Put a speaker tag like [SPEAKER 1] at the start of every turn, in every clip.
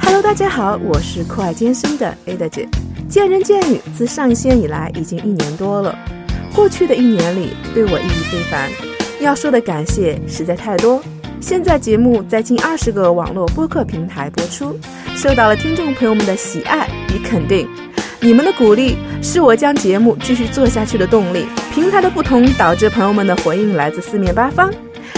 [SPEAKER 1] Hello，大家好，我是酷爱健身的 Ada 姐。见人见语，自上线以来已经一年多了。过去的一年里，对我意义非凡，要说的感谢实在太多。现在节目在近二十个网络播客平台播出，受到了听众朋友们的喜爱与肯定。你们的鼓励是我将节目继续做下去的动力。平台的不同导致朋友们的回应来自四面八方，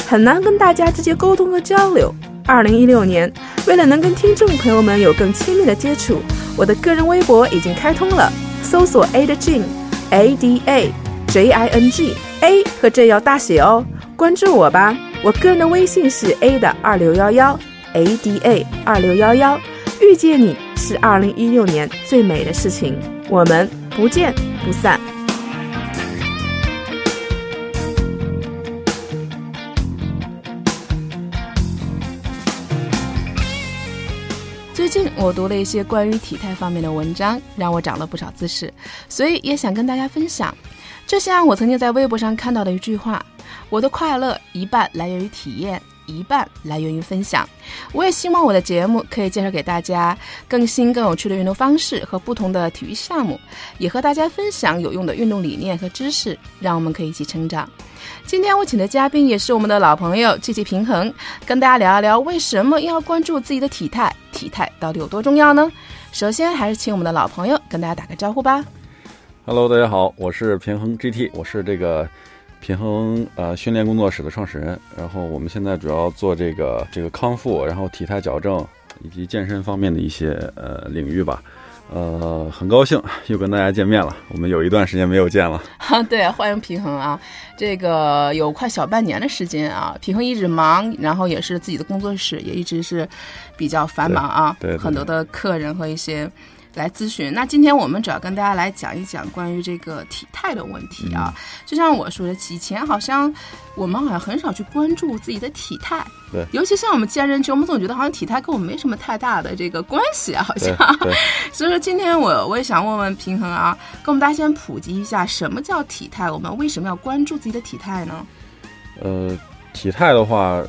[SPEAKER 1] 很难跟大家直接沟通和交流。二零一六年，为了能跟听众朋友们有更亲密的接触，我的个人微博已经开通了，搜索 A 的 Jing，A D A J I N G A 和 J 要大写哦，关注我吧。我个人的微信是 A 的二六幺幺 A D A 二六幺幺。遇见你是二零一六年最美的事情，我们不见不散。
[SPEAKER 2] 最近我读了一些关于体态方面的文章，让我长了不少知识，所以也想跟大家分享。就像我曾经在微博上看到的一句话：“我的快乐一半来源于体验，一半来源于分享。”我也希望我的节目可以介绍给大家更新、更有趣的运动方式和不同的体育项目，也和大家分享有用的运动理念和知识，让我们可以一起成长。今天我请的嘉宾也是我们的老朋友季季平衡，跟大家聊一聊为什么要关注自己的体态，体态到底有多重要呢？首先还是请我们的老朋友跟大家打个招呼吧。
[SPEAKER 3] Hello，大家好，我是平衡 GT，我是这个平衡呃训练工作室的创始人。然后我们现在主要做这个这个康复，然后体态矫正以及健身方面的一些呃领域吧。呃，很高兴又跟大家见面了，我们有一段时间没有见了。
[SPEAKER 2] 啊， 对，欢迎平衡啊！这个有快小半年的时间啊，平衡一直忙，然后也是自己的工作室也一直是比较繁忙啊，
[SPEAKER 3] 对对对
[SPEAKER 2] 很多的客人和一些来咨询。那今天我们主要跟大家来讲一讲关于这个体态的问题啊，就像我说的，以前好像我们好像很少去关注自己的体态，
[SPEAKER 3] 对
[SPEAKER 2] 尤其像我们见人群，我们总觉得好像体态跟我们没什么太大的这个关系啊，好
[SPEAKER 3] 对
[SPEAKER 2] 像。
[SPEAKER 3] 对，
[SPEAKER 2] 所以说今天我我也想问问平衡啊，跟我们大家先普及一下什么叫体态，我们为什么要关注自己的体态呢？
[SPEAKER 3] 呃，体态的话，呃，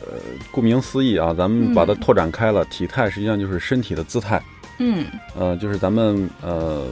[SPEAKER 3] 顾名思义啊，咱们把它拓展开了，体态实际上就是身体的姿态。
[SPEAKER 2] 嗯
[SPEAKER 3] 呃，就是咱们呃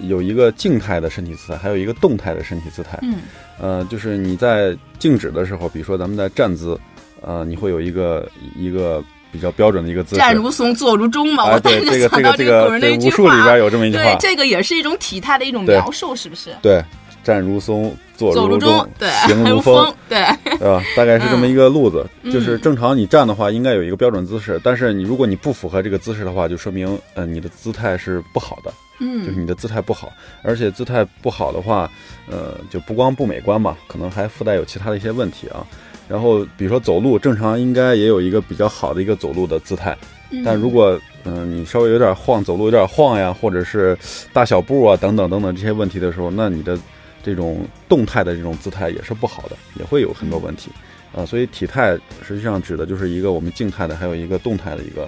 [SPEAKER 3] 有一个静态的身体姿态，还有一个动态的身体姿态。
[SPEAKER 2] 嗯
[SPEAKER 3] 呃，就是你在静止的时候，比如说咱们在站姿，呃，你会有一个一个比较标准的一个姿势。
[SPEAKER 2] 站如松，坐如钟嘛，
[SPEAKER 3] 哎，
[SPEAKER 2] 我当
[SPEAKER 3] 对
[SPEAKER 2] 时
[SPEAKER 3] 这
[SPEAKER 2] 就
[SPEAKER 3] 个
[SPEAKER 2] 想
[SPEAKER 3] 这
[SPEAKER 2] 到
[SPEAKER 3] 个
[SPEAKER 2] 这
[SPEAKER 3] 这
[SPEAKER 2] 个古
[SPEAKER 3] 个
[SPEAKER 2] 人的
[SPEAKER 3] 对
[SPEAKER 2] 一句
[SPEAKER 3] 武术
[SPEAKER 2] 话
[SPEAKER 3] 里
[SPEAKER 2] 啊，
[SPEAKER 3] 边有这么一句
[SPEAKER 2] 对
[SPEAKER 3] 话，，
[SPEAKER 2] 这个也是一种体态的一种
[SPEAKER 3] 对
[SPEAKER 2] 描述，是不是？
[SPEAKER 3] 对，站如松，坐
[SPEAKER 2] 坐
[SPEAKER 3] 如
[SPEAKER 2] 钟
[SPEAKER 3] 钟，，
[SPEAKER 2] 对，
[SPEAKER 3] 行
[SPEAKER 2] 如
[SPEAKER 3] 风，，
[SPEAKER 2] 对，
[SPEAKER 3] 对吧？大概是这么一个路子。就是
[SPEAKER 2] 嗯
[SPEAKER 3] 正常你站的话，应该有一个标准姿势，但是你如果你不符合这个姿势的话，就说明呃你的姿态是不好的。就是
[SPEAKER 2] 嗯
[SPEAKER 3] 你的姿态不好，而且姿态不好的话，呃，就不光不美观吧，可能还附带有其他的一些问题啊。然后比如说走路，正常应该也有一个比较好的一个走路的姿态，
[SPEAKER 2] 嗯，
[SPEAKER 3] 但如果嗯、呃你稍微有点晃，走路有点晃呀，或者是大小步啊等等等等这些问题的时候，那你的这种动态的这种姿态也是不好的，也会有很多问题
[SPEAKER 2] 嗯
[SPEAKER 3] 啊、所以体态实际上指的就是一个我们静态的，还有一个动态的一个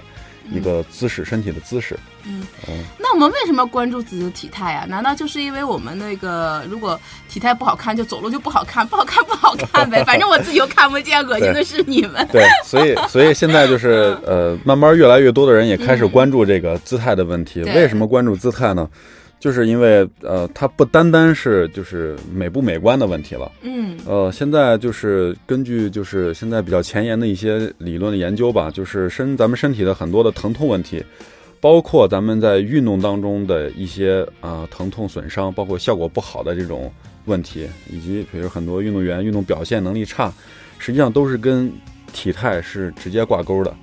[SPEAKER 2] 嗯
[SPEAKER 3] 一个姿势，身体的姿势。
[SPEAKER 2] 那我们为什么要关注自己的体态呀、难道就是因为我们那个如果体态不好看，就走路就不好看，不好看不好看 呗？反正我自己又看不见，恶心的是你们。
[SPEAKER 3] 对，所以所以现在就是呃，慢慢越来越多的人也开始关注这个姿态的问题。
[SPEAKER 2] 对
[SPEAKER 3] 为什么关注姿态呢？就是因为呃，它不单单是就是美不美观的问题了。
[SPEAKER 2] 嗯
[SPEAKER 3] 呃，现在就是根据就是现在比较前沿的一些理论的研究吧，就是身咱们身体的很多的疼痛问题，包括咱们在运动当中的一些啊、呃疼痛损伤，包括效果不好的这种问题，以及比如很多运动员运动表现能力差，实际上都是跟体态是直接挂钩的。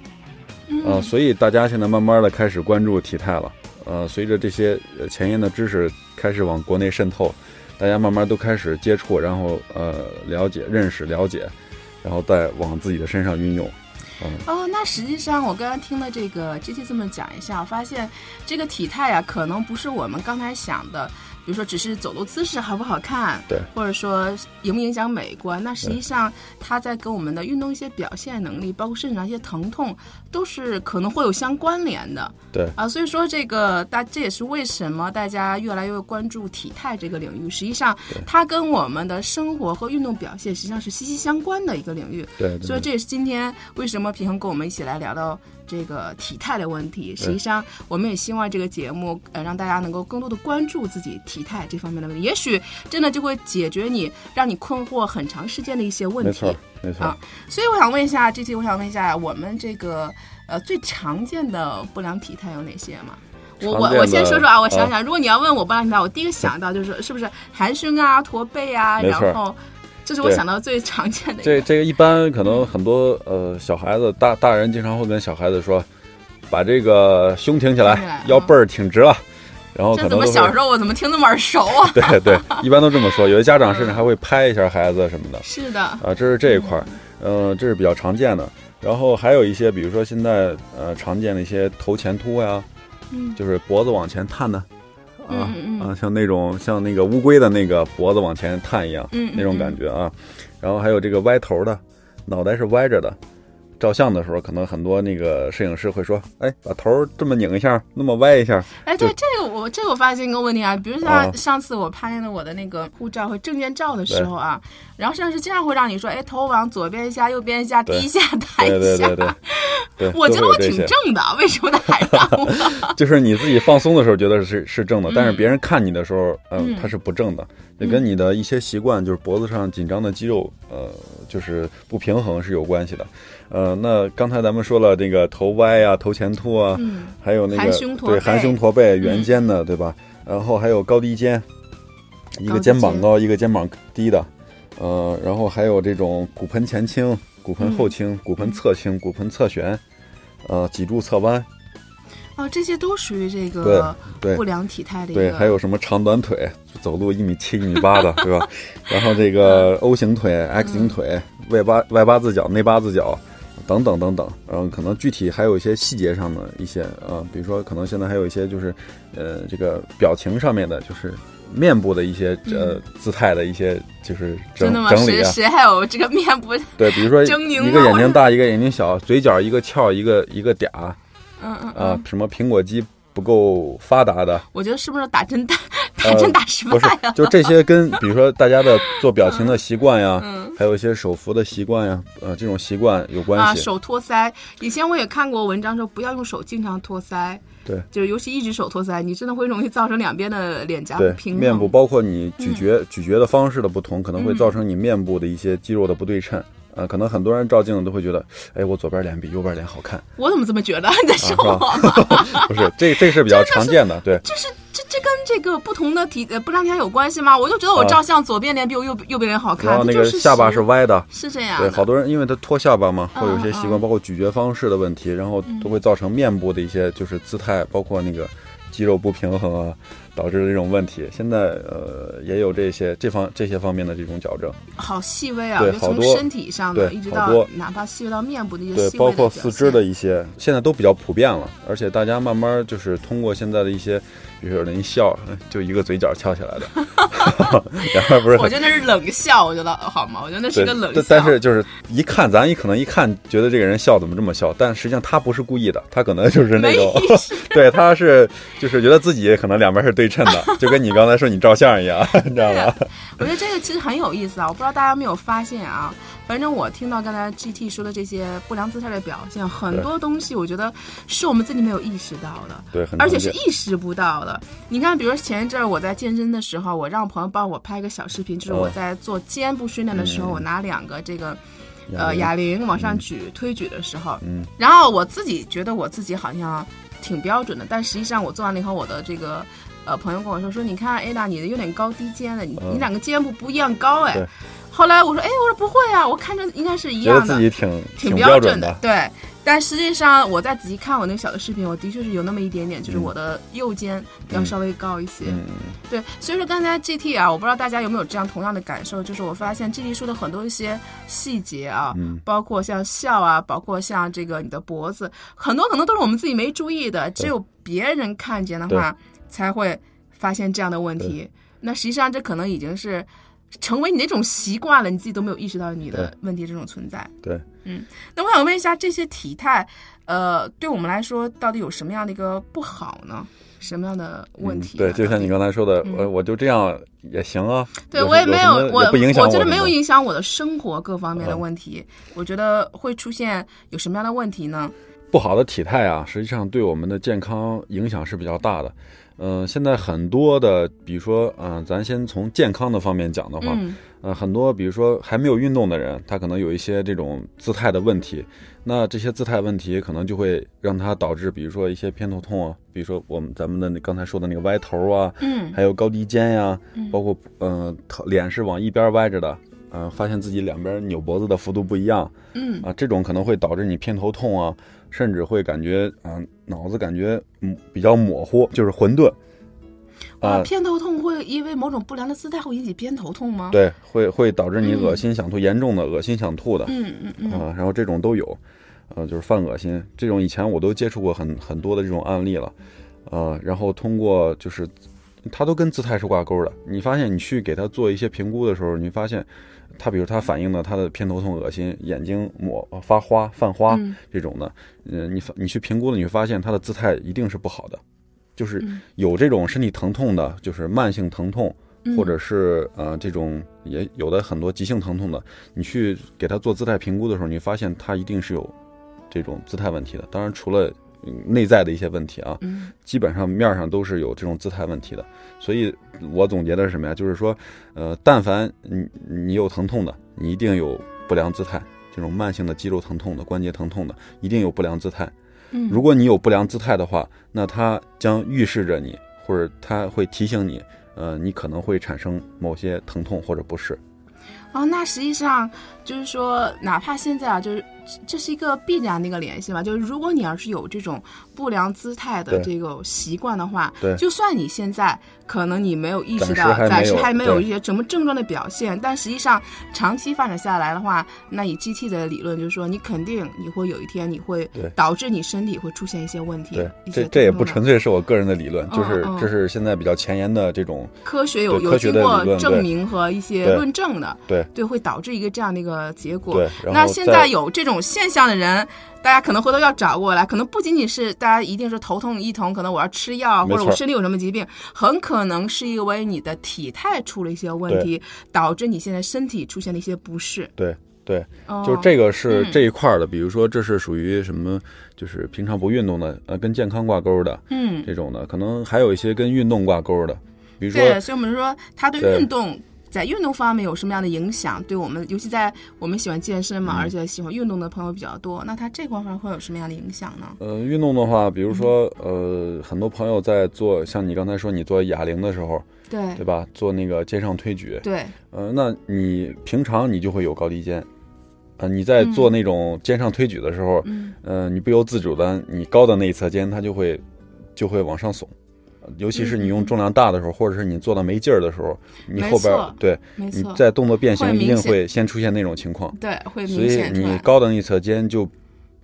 [SPEAKER 3] 呃，
[SPEAKER 2] 嗯
[SPEAKER 3] 所以大家现在慢慢的开始关注体态了。呃，随着这些呃前沿的知识开始往国内渗透，大家慢慢都开始接触，然后呃了解、认识、了解，然后再往自己的身上运用。
[SPEAKER 2] 哦，那实际上我刚刚听了这个 G T 这么讲一下，我发现这个体态呀、啊可能不是我们刚才想的，比如说只是走路姿势好不好看，
[SPEAKER 3] 对，
[SPEAKER 2] 或者说影不影响美观。那实际上它在跟我们的运动一些表现能力，包括身体上一些疼痛，都是可能会有相关联的。
[SPEAKER 3] 对
[SPEAKER 2] 啊，所以说这个大，这也是为什么大家越来越关注体态这个领域。实际上，它跟我们的生活和运动表现实际上是息息相关的一个领域。
[SPEAKER 3] 对
[SPEAKER 2] 所以这也是今天为什么平衡跟我们一起来聊到这个体态的问题。实际上，我们也希望这个节目呃让大家能够更多的关注自己体态这方面的问题，也许真的就会解决你让你困惑很长时间的一些问
[SPEAKER 3] 没
[SPEAKER 2] 题
[SPEAKER 3] 错。没错。
[SPEAKER 2] 啊所以我想问一下，这期我想问一下，我们这个呃最常见的不良体态有哪些吗？我我
[SPEAKER 3] 常见
[SPEAKER 2] 我先
[SPEAKER 3] 的
[SPEAKER 2] 说说啊，我想
[SPEAKER 3] 啊
[SPEAKER 2] 想，如果你要问我不良体态，我第一个想到就是是不是含胸啊、驼背啊，
[SPEAKER 3] 没
[SPEAKER 2] 然
[SPEAKER 3] 错
[SPEAKER 2] 后这是我
[SPEAKER 3] 对
[SPEAKER 2] 想到最常见的一
[SPEAKER 3] 这
[SPEAKER 2] 个。
[SPEAKER 3] 这个一般可能很多呃小孩子大大人经常会跟小孩子说，把这个胸挺
[SPEAKER 2] 挺
[SPEAKER 3] 起
[SPEAKER 2] 起来
[SPEAKER 3] 来，腰背儿挺直了，然后可
[SPEAKER 2] 这怎
[SPEAKER 3] 能都
[SPEAKER 2] 么
[SPEAKER 3] 会？
[SPEAKER 2] 小时候我怎么听那么耳熟啊
[SPEAKER 3] 对对，一般都这么说。有的家长
[SPEAKER 2] 嗯
[SPEAKER 3] 甚至还会拍一下孩子什么的
[SPEAKER 2] 是的，
[SPEAKER 3] 啊，这是这一块儿，呃，这是比较常见的。然后还有一些，比如说现在呃常见的一些头前凸呀，
[SPEAKER 2] 嗯
[SPEAKER 3] 就是脖子往前探的，啊
[SPEAKER 2] 嗯嗯嗯
[SPEAKER 3] 啊，像那种像那个乌龟的那个脖子往前探一样，
[SPEAKER 2] 嗯嗯
[SPEAKER 3] 那种感觉啊。然后还有这个歪头的，脑袋是歪着的。照相的时候，可能很多那个摄影师会说：“哎，把头儿这么拧一下，那么歪一下。
[SPEAKER 2] 哎，对这个我这个我发现一个问题啊，比如像
[SPEAKER 3] 啊
[SPEAKER 2] 上次我拍了我的那个护照和证件照的时候啊，然后摄影师经常会让你说，哎，头往左边一下，右边一下，低
[SPEAKER 3] 对
[SPEAKER 2] 一下，” 抬
[SPEAKER 3] 对对
[SPEAKER 2] 一下。
[SPEAKER 3] 对对，对。
[SPEAKER 2] 我
[SPEAKER 3] 都
[SPEAKER 2] 觉得
[SPEAKER 3] 会有
[SPEAKER 2] 我
[SPEAKER 3] 这
[SPEAKER 2] 挺
[SPEAKER 3] 些
[SPEAKER 2] 正的，啊为什么他还让我？
[SPEAKER 3] 就是你自己放松的时候觉得是是正的
[SPEAKER 2] 嗯，
[SPEAKER 3] 但是别人看你的时候，嗯、
[SPEAKER 2] 嗯
[SPEAKER 3] 它是不正的，也跟你的一些习惯，就是脖子上紧张的肌肉，呃，就是不平衡是有关系的。呃，那刚才咱们说了这个头歪啊、头前凸啊，
[SPEAKER 2] 嗯
[SPEAKER 3] 还有那
[SPEAKER 2] 含
[SPEAKER 3] 个
[SPEAKER 2] 胸驼
[SPEAKER 3] 对
[SPEAKER 2] 背嗯
[SPEAKER 3] 含胸驼背、圆肩的，对吧？然后还有高低肩，一
[SPEAKER 2] 高
[SPEAKER 3] 个
[SPEAKER 2] 低
[SPEAKER 3] 肩膀
[SPEAKER 2] 肩
[SPEAKER 3] 高，一个肩膀低的，呃，然后还有这种骨盆前倾、骨盆
[SPEAKER 2] 嗯
[SPEAKER 3] 后倾、骨盆侧倾、骨盆侧旋，呃，脊柱侧弯，
[SPEAKER 2] 哦，这些都属于这个
[SPEAKER 3] 对对
[SPEAKER 2] 不良体态的一个。
[SPEAKER 3] 对，还有什么长短腿，走路一米七、一米八的，对吧？然后这
[SPEAKER 2] 嗯
[SPEAKER 3] 个 O 型腿、X 型腿、外八外八字脚、内八字脚，等等等等。然后可能具体还有一些细节上的一些啊、呃比如说可能现在还有一些就是，呃，这个表情上面的，就是面部的一些呃姿态的一些就是整
[SPEAKER 2] 嗯真的吗？
[SPEAKER 3] 整理
[SPEAKER 2] 谁
[SPEAKER 3] 啊。
[SPEAKER 2] 谁还有这个面部？
[SPEAKER 3] 对，比如说
[SPEAKER 2] 狰狞
[SPEAKER 3] 一
[SPEAKER 2] 吗
[SPEAKER 3] 个眼睛大，一个眼睛小，嘴角一个翘，一个一个嗲啊、
[SPEAKER 2] 嗯嗯嗯，
[SPEAKER 3] 什么苹果肌不够发达的。
[SPEAKER 2] 我觉得是不是打针打打
[SPEAKER 3] 呃
[SPEAKER 2] 针打失
[SPEAKER 3] 不是
[SPEAKER 2] 败，了？
[SPEAKER 3] 就这些跟比如说大家的做表情的习惯呀，
[SPEAKER 2] 嗯
[SPEAKER 3] 还有一些手扶的习惯呀，呃，这种习惯有
[SPEAKER 2] 啊，
[SPEAKER 3] 关系。
[SPEAKER 2] 手托腮。以前我也看过文章说，不要用手经常托腮，
[SPEAKER 3] 对
[SPEAKER 2] 就是尤其一只手托腮，你真的会容易造成两边的脸颊不
[SPEAKER 3] 对，
[SPEAKER 2] 平衡。
[SPEAKER 3] 面部包括你咀嚼、
[SPEAKER 2] 嗯
[SPEAKER 3] 咀嚼的方式的不同，可能会造成你面部的一些肌肉的不对称。呃，可能很多人照镜子都会觉得，哎，我左边脸比右边脸好看，
[SPEAKER 2] 我怎么这么觉得？ 你在
[SPEAKER 3] 啊，
[SPEAKER 2] 说
[SPEAKER 3] 是
[SPEAKER 2] 我吗？
[SPEAKER 3] 吧？不是，这这是比较常见的，对，
[SPEAKER 2] 这是这这跟这个不同的体呃不良体态有关系吗？我就觉得我
[SPEAKER 3] 啊
[SPEAKER 2] 照相左边脸比我右右边脸好看，
[SPEAKER 3] 然后那
[SPEAKER 2] 这就
[SPEAKER 3] 个
[SPEAKER 2] 是
[SPEAKER 3] 下巴
[SPEAKER 2] 是
[SPEAKER 3] 是歪的，
[SPEAKER 2] 是这样
[SPEAKER 3] 对，
[SPEAKER 2] 的。
[SPEAKER 3] 好多人因为他脱下巴嘛，会有一些习
[SPEAKER 2] 嗯
[SPEAKER 3] 惯，包括咀嚼方式的问题，然后都会造成面部的一些就是姿态，包括那个肌肉不平衡啊，导致的这种问题。现在呃也有这些这方这些方面的这种矫正，
[SPEAKER 2] 好细微啊，
[SPEAKER 3] 对
[SPEAKER 2] 就
[SPEAKER 3] 好
[SPEAKER 2] 从
[SPEAKER 3] 多
[SPEAKER 2] 身体上的，
[SPEAKER 3] 对
[SPEAKER 2] 一直
[SPEAKER 3] 好
[SPEAKER 2] 到
[SPEAKER 3] 多
[SPEAKER 2] 哪怕细微到面部的一些
[SPEAKER 3] 对，
[SPEAKER 2] 细微
[SPEAKER 3] 包
[SPEAKER 2] 的
[SPEAKER 3] 括
[SPEAKER 2] 表
[SPEAKER 3] 四肢
[SPEAKER 2] 现
[SPEAKER 3] 的一些，现在都比较普遍了，而且大家慢慢就是通过现在的一些，比如说有人一笑，就一个嘴角翘起来 的， 然后不是
[SPEAKER 2] 我
[SPEAKER 3] 很。
[SPEAKER 2] 觉得那是冷笑，我觉得好吗？我觉得那是
[SPEAKER 3] 对
[SPEAKER 2] 一个冷笑
[SPEAKER 3] 但。但是就是一看，咱一可能一看觉得这个人笑怎么这么笑，但实际上他不是故意的，他可能就是那
[SPEAKER 2] 没
[SPEAKER 3] 种
[SPEAKER 2] 意识，
[SPEAKER 3] 对，他是就是觉得自己可能两边是对称的，就跟你刚才说你照相一样，你知道吗？
[SPEAKER 2] 我觉得这个其实很有意思啊，我不知道大家有没有发现啊。反正我听到刚才 GT 说的这些不良姿态的表现，很多东西我觉得是我们自己没有意识到的，
[SPEAKER 3] 对，很
[SPEAKER 2] 而
[SPEAKER 3] 常
[SPEAKER 2] 且
[SPEAKER 3] 见。
[SPEAKER 2] 是意识不到的。你看，比如前一阵儿我在健身的时候，我让朋友帮我拍个小视频，就是我
[SPEAKER 3] 嗯
[SPEAKER 2] 在做肩部训练的时候，我拿两个这个。呃，
[SPEAKER 3] 哑
[SPEAKER 2] 哑铃往上举、推举的时候，
[SPEAKER 3] 嗯
[SPEAKER 2] 然后我自己觉得我自己好像挺标准的，但实际上我做完了以后，我的这个呃朋友跟我说说，你看 Ada 你的有点高低肩的，你、
[SPEAKER 3] 嗯
[SPEAKER 2] 你两个肩部不一样高哎
[SPEAKER 3] 对。
[SPEAKER 2] 后来我说，哎，我说不会啊，我看着应该是一
[SPEAKER 3] 觉得
[SPEAKER 2] 样
[SPEAKER 3] 自
[SPEAKER 2] 的，
[SPEAKER 3] 己挺
[SPEAKER 2] 挺
[SPEAKER 3] 标
[SPEAKER 2] 准
[SPEAKER 3] 的，
[SPEAKER 2] 对。但实际上，我再仔细看我那个小的视频，我的确是有那么一点点，就是我的右肩要稍微高一些。
[SPEAKER 3] 嗯，
[SPEAKER 2] 对，所以说刚才 GT 啊，我不知道大家有没有这样同样的感受，就是我发现 GT 说的很多一些细节啊，
[SPEAKER 3] 嗯
[SPEAKER 2] 包括像笑啊，包括像这个你的脖子，很多可能都是我们自己没注意的，只有别人看见的话才会发现这样的问题。那实际上这可能已经是成为你的一种习惯了，你自己都没有意识到你的问题这种存在。
[SPEAKER 3] 对，
[SPEAKER 2] 那我想问一下，这些体态，呃，对我们来说到底有什么样的一个不好呢？什么样的问题、啊嗯
[SPEAKER 3] 嗯对，就像你刚才说的，我我就这样也行啊。
[SPEAKER 2] 对，
[SPEAKER 3] 有
[SPEAKER 2] 我也没
[SPEAKER 3] 什么
[SPEAKER 2] 有，我
[SPEAKER 3] 也不影响
[SPEAKER 2] 我觉得
[SPEAKER 3] 什
[SPEAKER 2] 没有
[SPEAKER 3] 么
[SPEAKER 2] 影响我的生活各方面的
[SPEAKER 3] 嗯
[SPEAKER 2] 问题。我觉得会出现有什么样的问题呢？
[SPEAKER 3] 不好的体态啊，实际上对我们的健康影响是比较大的。嗯、现在很多的，比如说，嗯、咱先从健康的方面讲的话，
[SPEAKER 2] 嗯
[SPEAKER 3] 呃，很多比如说还没有运动的人，他可能有一些这种姿态的问题，那这些姿态问题可能就会让他导致，比如说一些偏头痛啊，比如说我们咱们的那刚才说的那个歪头啊，
[SPEAKER 2] 嗯
[SPEAKER 3] 还有高低肩呀、
[SPEAKER 2] 嗯
[SPEAKER 3] 包括嗯、呃头脸是往一边歪着的，嗯、发现自己两边扭脖子的幅度不一样
[SPEAKER 2] 嗯
[SPEAKER 3] 啊，这种可能会导致你偏头痛啊，甚至会感觉啊、脑子感觉嗯比较模糊，就是混
[SPEAKER 2] 哦
[SPEAKER 3] 沌。啊
[SPEAKER 2] 哇，偏头痛会因为某种不良的姿态会引起偏头痛吗？，
[SPEAKER 3] 对，会会导致你
[SPEAKER 2] 嗯
[SPEAKER 3] 恶心想吐，严重的恶心想吐的啊、
[SPEAKER 2] 嗯嗯嗯
[SPEAKER 3] 然后这种都有，呃，就是犯恶心这种，以前我都接触过很很多的这种案例了，呃，然后通过就是它都跟姿态是挂钩的，你发现你去给它做一些评估的时候，你发现它比如它反映了它的偏头痛、恶心、眼睛抹呃发花、泛花、
[SPEAKER 2] 嗯
[SPEAKER 3] 这种的，嗯、你发你去评估了，你会发现它的姿态一定是不好的，就是
[SPEAKER 2] 嗯
[SPEAKER 3] 有这种身体疼痛的，就是慢性疼痛。
[SPEAKER 2] 嗯
[SPEAKER 3] 或者是呃这种也有的很多急性疼痛的，你去给他做姿态评估的时候，你发现他一定是有这种姿态问题的。当然，除了嗯内在的一些问题啊，
[SPEAKER 2] 嗯
[SPEAKER 3] 基本上面儿上都是有这种姿态问题的。所以我总结的是什么呀？就是说，呃，但凡你你有疼痛的，你一定有不良姿态。这种慢性的肌肉疼痛的、关节疼痛的，一定有不良姿态。
[SPEAKER 2] 嗯，
[SPEAKER 3] 如果你有不良姿态的话，那它将预示着你，或者它会提醒你，呃，你可能会产生某些疼痛或者不适。
[SPEAKER 2] 哦，那实际上就是说，哪怕现在啊，就是这这是一个必然的一个联系吧。就是如果你要是有这种不良姿态的
[SPEAKER 3] 对
[SPEAKER 2] 这个习惯的话，
[SPEAKER 3] 对
[SPEAKER 2] 就算你现在可能你没有意识
[SPEAKER 3] 暂时
[SPEAKER 2] 到，
[SPEAKER 3] 还没
[SPEAKER 2] 暂时
[SPEAKER 3] 有
[SPEAKER 2] 还没有
[SPEAKER 3] 对
[SPEAKER 2] 一些什么症状的表现，但实际上长期发展下来的话，那以 GT 的理论就是说，你肯定你会有一天你会
[SPEAKER 3] 对
[SPEAKER 2] 导致你身体会出现一些问题
[SPEAKER 3] 对，，
[SPEAKER 2] 一些
[SPEAKER 3] 这这也
[SPEAKER 2] 症
[SPEAKER 3] 不
[SPEAKER 2] 状
[SPEAKER 3] 纯粹是我个人的理论，
[SPEAKER 2] 嗯
[SPEAKER 3] 就是
[SPEAKER 2] 嗯
[SPEAKER 3] 这是现在比较前沿的这种
[SPEAKER 2] 科学有
[SPEAKER 3] 对
[SPEAKER 2] 有
[SPEAKER 3] 科学
[SPEAKER 2] 经
[SPEAKER 3] 的理
[SPEAKER 2] 过
[SPEAKER 3] 论
[SPEAKER 2] 证
[SPEAKER 3] 对
[SPEAKER 2] 明和一些
[SPEAKER 3] 对
[SPEAKER 2] 论证的，
[SPEAKER 3] 对
[SPEAKER 2] 对，会导致一个这样的一个结果。
[SPEAKER 3] 对。然后
[SPEAKER 2] 那现在有这种现象的人，大家可能回头要找过来，可能不仅仅是大家一定是头痛医头，可能我要吃药
[SPEAKER 3] 没
[SPEAKER 2] 或
[SPEAKER 3] 错
[SPEAKER 2] 者我身体有什么疾病，很可能是因为你的体态出了一些问题，导致你现在身体出现了一些不适。
[SPEAKER 3] 对对，
[SPEAKER 2] 哦、
[SPEAKER 3] 就是这个是
[SPEAKER 2] 嗯
[SPEAKER 3] 这一块儿的，比如说这是属于什么，就是平常不运动的，呃，跟健康挂钩的
[SPEAKER 2] 嗯，
[SPEAKER 3] 这种的，可能还有一些跟运动挂钩的，比如说
[SPEAKER 2] 对，所以我们说它对
[SPEAKER 3] 对
[SPEAKER 2] 运动。在运动方面有什么样的影响？对我们，尤其在我们喜欢健身嘛，
[SPEAKER 3] 嗯
[SPEAKER 2] 而且喜欢运动的朋友比较多，那它这块方会有什么样的影响呢？
[SPEAKER 3] 呃，运动的话，比如说，呃，很多朋友在做，像你刚才说你做哑铃的时候，
[SPEAKER 2] 对
[SPEAKER 3] 对吧？做那个肩上推举，
[SPEAKER 2] 对，
[SPEAKER 3] 呃，那你平常你就会有高低肩，呃，你在做那种肩上推举的时候，
[SPEAKER 2] 嗯
[SPEAKER 3] 呃，你不由自主的，你高的那一侧肩它就会就会往上耸，呃尤其是
[SPEAKER 2] 嗯
[SPEAKER 3] 你
[SPEAKER 2] 嗯
[SPEAKER 3] 用
[SPEAKER 2] 嗯
[SPEAKER 3] 重量大的时候，或者是你做到没劲儿的时候，你
[SPEAKER 2] 没
[SPEAKER 3] 后边
[SPEAKER 2] 错
[SPEAKER 3] 对
[SPEAKER 2] 没
[SPEAKER 3] 你
[SPEAKER 2] 错，
[SPEAKER 3] 在动作变形
[SPEAKER 2] 会
[SPEAKER 3] 一
[SPEAKER 2] 明
[SPEAKER 3] 定
[SPEAKER 2] 显
[SPEAKER 3] 会先出现那种情况。
[SPEAKER 2] 对会
[SPEAKER 3] 所
[SPEAKER 2] 明
[SPEAKER 3] 以
[SPEAKER 2] 显出
[SPEAKER 3] 你
[SPEAKER 2] 来。
[SPEAKER 3] 高的那侧肩就，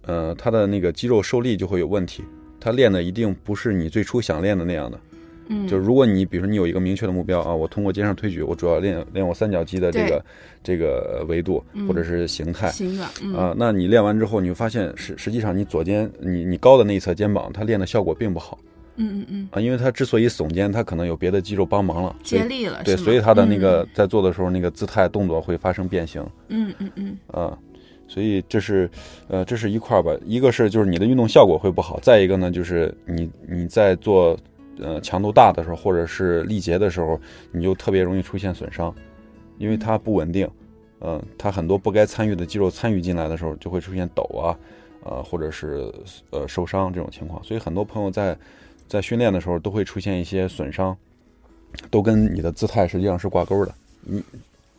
[SPEAKER 3] 呃，它的那个肌肉受力就会有问题，它练的一定不是你最初想练的那样的。
[SPEAKER 2] 嗯，
[SPEAKER 3] 就如果你比如说你有一个明确的目标啊，我通过肩上推举，我主要练练我三角肌的这个这个呃维度
[SPEAKER 2] 嗯
[SPEAKER 3] 或者是形态。
[SPEAKER 2] 行的，嗯
[SPEAKER 3] 啊、那你练完之后，你会发现实实际上你左肩，你你高的那一侧肩膀，它练的效果并不好
[SPEAKER 2] 嗯嗯嗯，
[SPEAKER 3] 啊，因为它之所以耸肩，它可能有别的肌肉帮忙了，所
[SPEAKER 2] 接
[SPEAKER 3] 以
[SPEAKER 2] 力了，
[SPEAKER 3] 对，
[SPEAKER 2] 是吗
[SPEAKER 3] 所以它的那个、在做的时候，那个姿态动作会发生变形。
[SPEAKER 2] 嗯，嗯嗯
[SPEAKER 3] 啊，所以这是，呃，这是一块儿吧。一个是就是你的运动效果会不好，再一个呢就是你你在做呃强度大的时候，或者是力竭的时候，你就特别容易出现损伤，因为它不稳定，嗯、它很多不该参与的肌肉参与进来的时候，就会出现抖啊，呃，或者是呃受伤这种情况。所以很多朋友在在训练的时候都会出现一些损伤，都跟你的姿态实际上是挂钩的。
[SPEAKER 2] 嗯，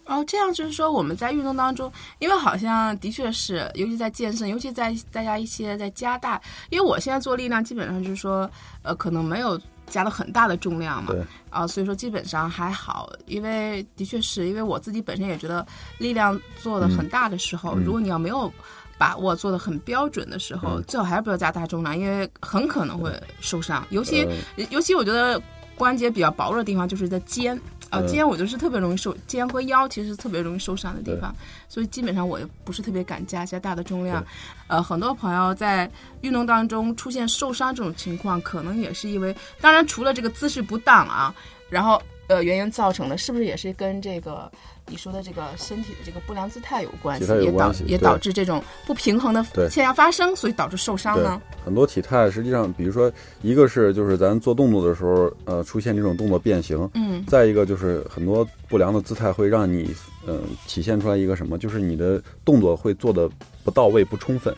[SPEAKER 2] 哦，这样就是说我们在运动当中，因为好像的确是，尤其在健身，尤其在大家一些在加大，因为我现在做力量基本上就是说，呃，可能没有。加了很大的重量嘛
[SPEAKER 3] 对，
[SPEAKER 2] 啊、所以说基本上还好，因为的确是因为我自己本身也觉得力量做的很大的时候，
[SPEAKER 3] 嗯
[SPEAKER 2] 如果你要没有把握做的很标准的时候，
[SPEAKER 3] 嗯
[SPEAKER 2] 最好还是不要加大重量，因为很可能会受伤，尤其、
[SPEAKER 3] 呃
[SPEAKER 2] 尤其我觉得关节比较薄弱的地方就是在肩啊，
[SPEAKER 3] 嗯
[SPEAKER 2] 肩我就是特别容易受，肩和腰其实是特别容易受伤的地方，所以基本上我也不是特别敢加一些大的重量
[SPEAKER 3] 对。
[SPEAKER 2] 呃，很多朋友在运动当中出现受伤这种情况，可能也是因为，当然除了这个姿势不当啊，然后呃原因造成的，是不是也是跟这个你说的这个身体的这个不良姿态有关系？
[SPEAKER 3] 体态有
[SPEAKER 2] 也导
[SPEAKER 3] 关系
[SPEAKER 2] 也
[SPEAKER 3] 对
[SPEAKER 2] 导致这种不平衡的
[SPEAKER 3] 对
[SPEAKER 2] 现象发生，所以导致受伤呢？
[SPEAKER 3] 很多体态实际上，比如说，一个是就是咱做动作的时候，呃，出现这种动作变形；
[SPEAKER 2] 嗯
[SPEAKER 3] 再一个就是很多不良的姿态会让你，嗯、体现出来一个什么，就是你的动作会做的不到位、不充分。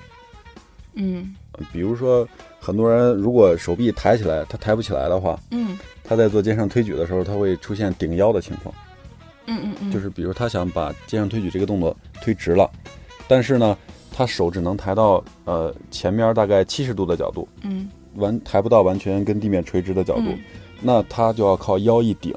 [SPEAKER 2] 嗯
[SPEAKER 3] 呃比如说，很多人如果手臂抬起来，他抬不起来的话，
[SPEAKER 2] 嗯
[SPEAKER 3] 他在做肩上推举的时候，他会出现顶腰的情况。
[SPEAKER 2] 嗯嗯嗯，
[SPEAKER 3] 就是比如他想把肩上推举这个动作推直了，但是呢，他手只能抬到呃前面大概七十度的角度，
[SPEAKER 2] 嗯
[SPEAKER 3] 完抬不到完全跟地面垂直的角度，
[SPEAKER 2] 嗯
[SPEAKER 3] 那他就要靠腰一顶，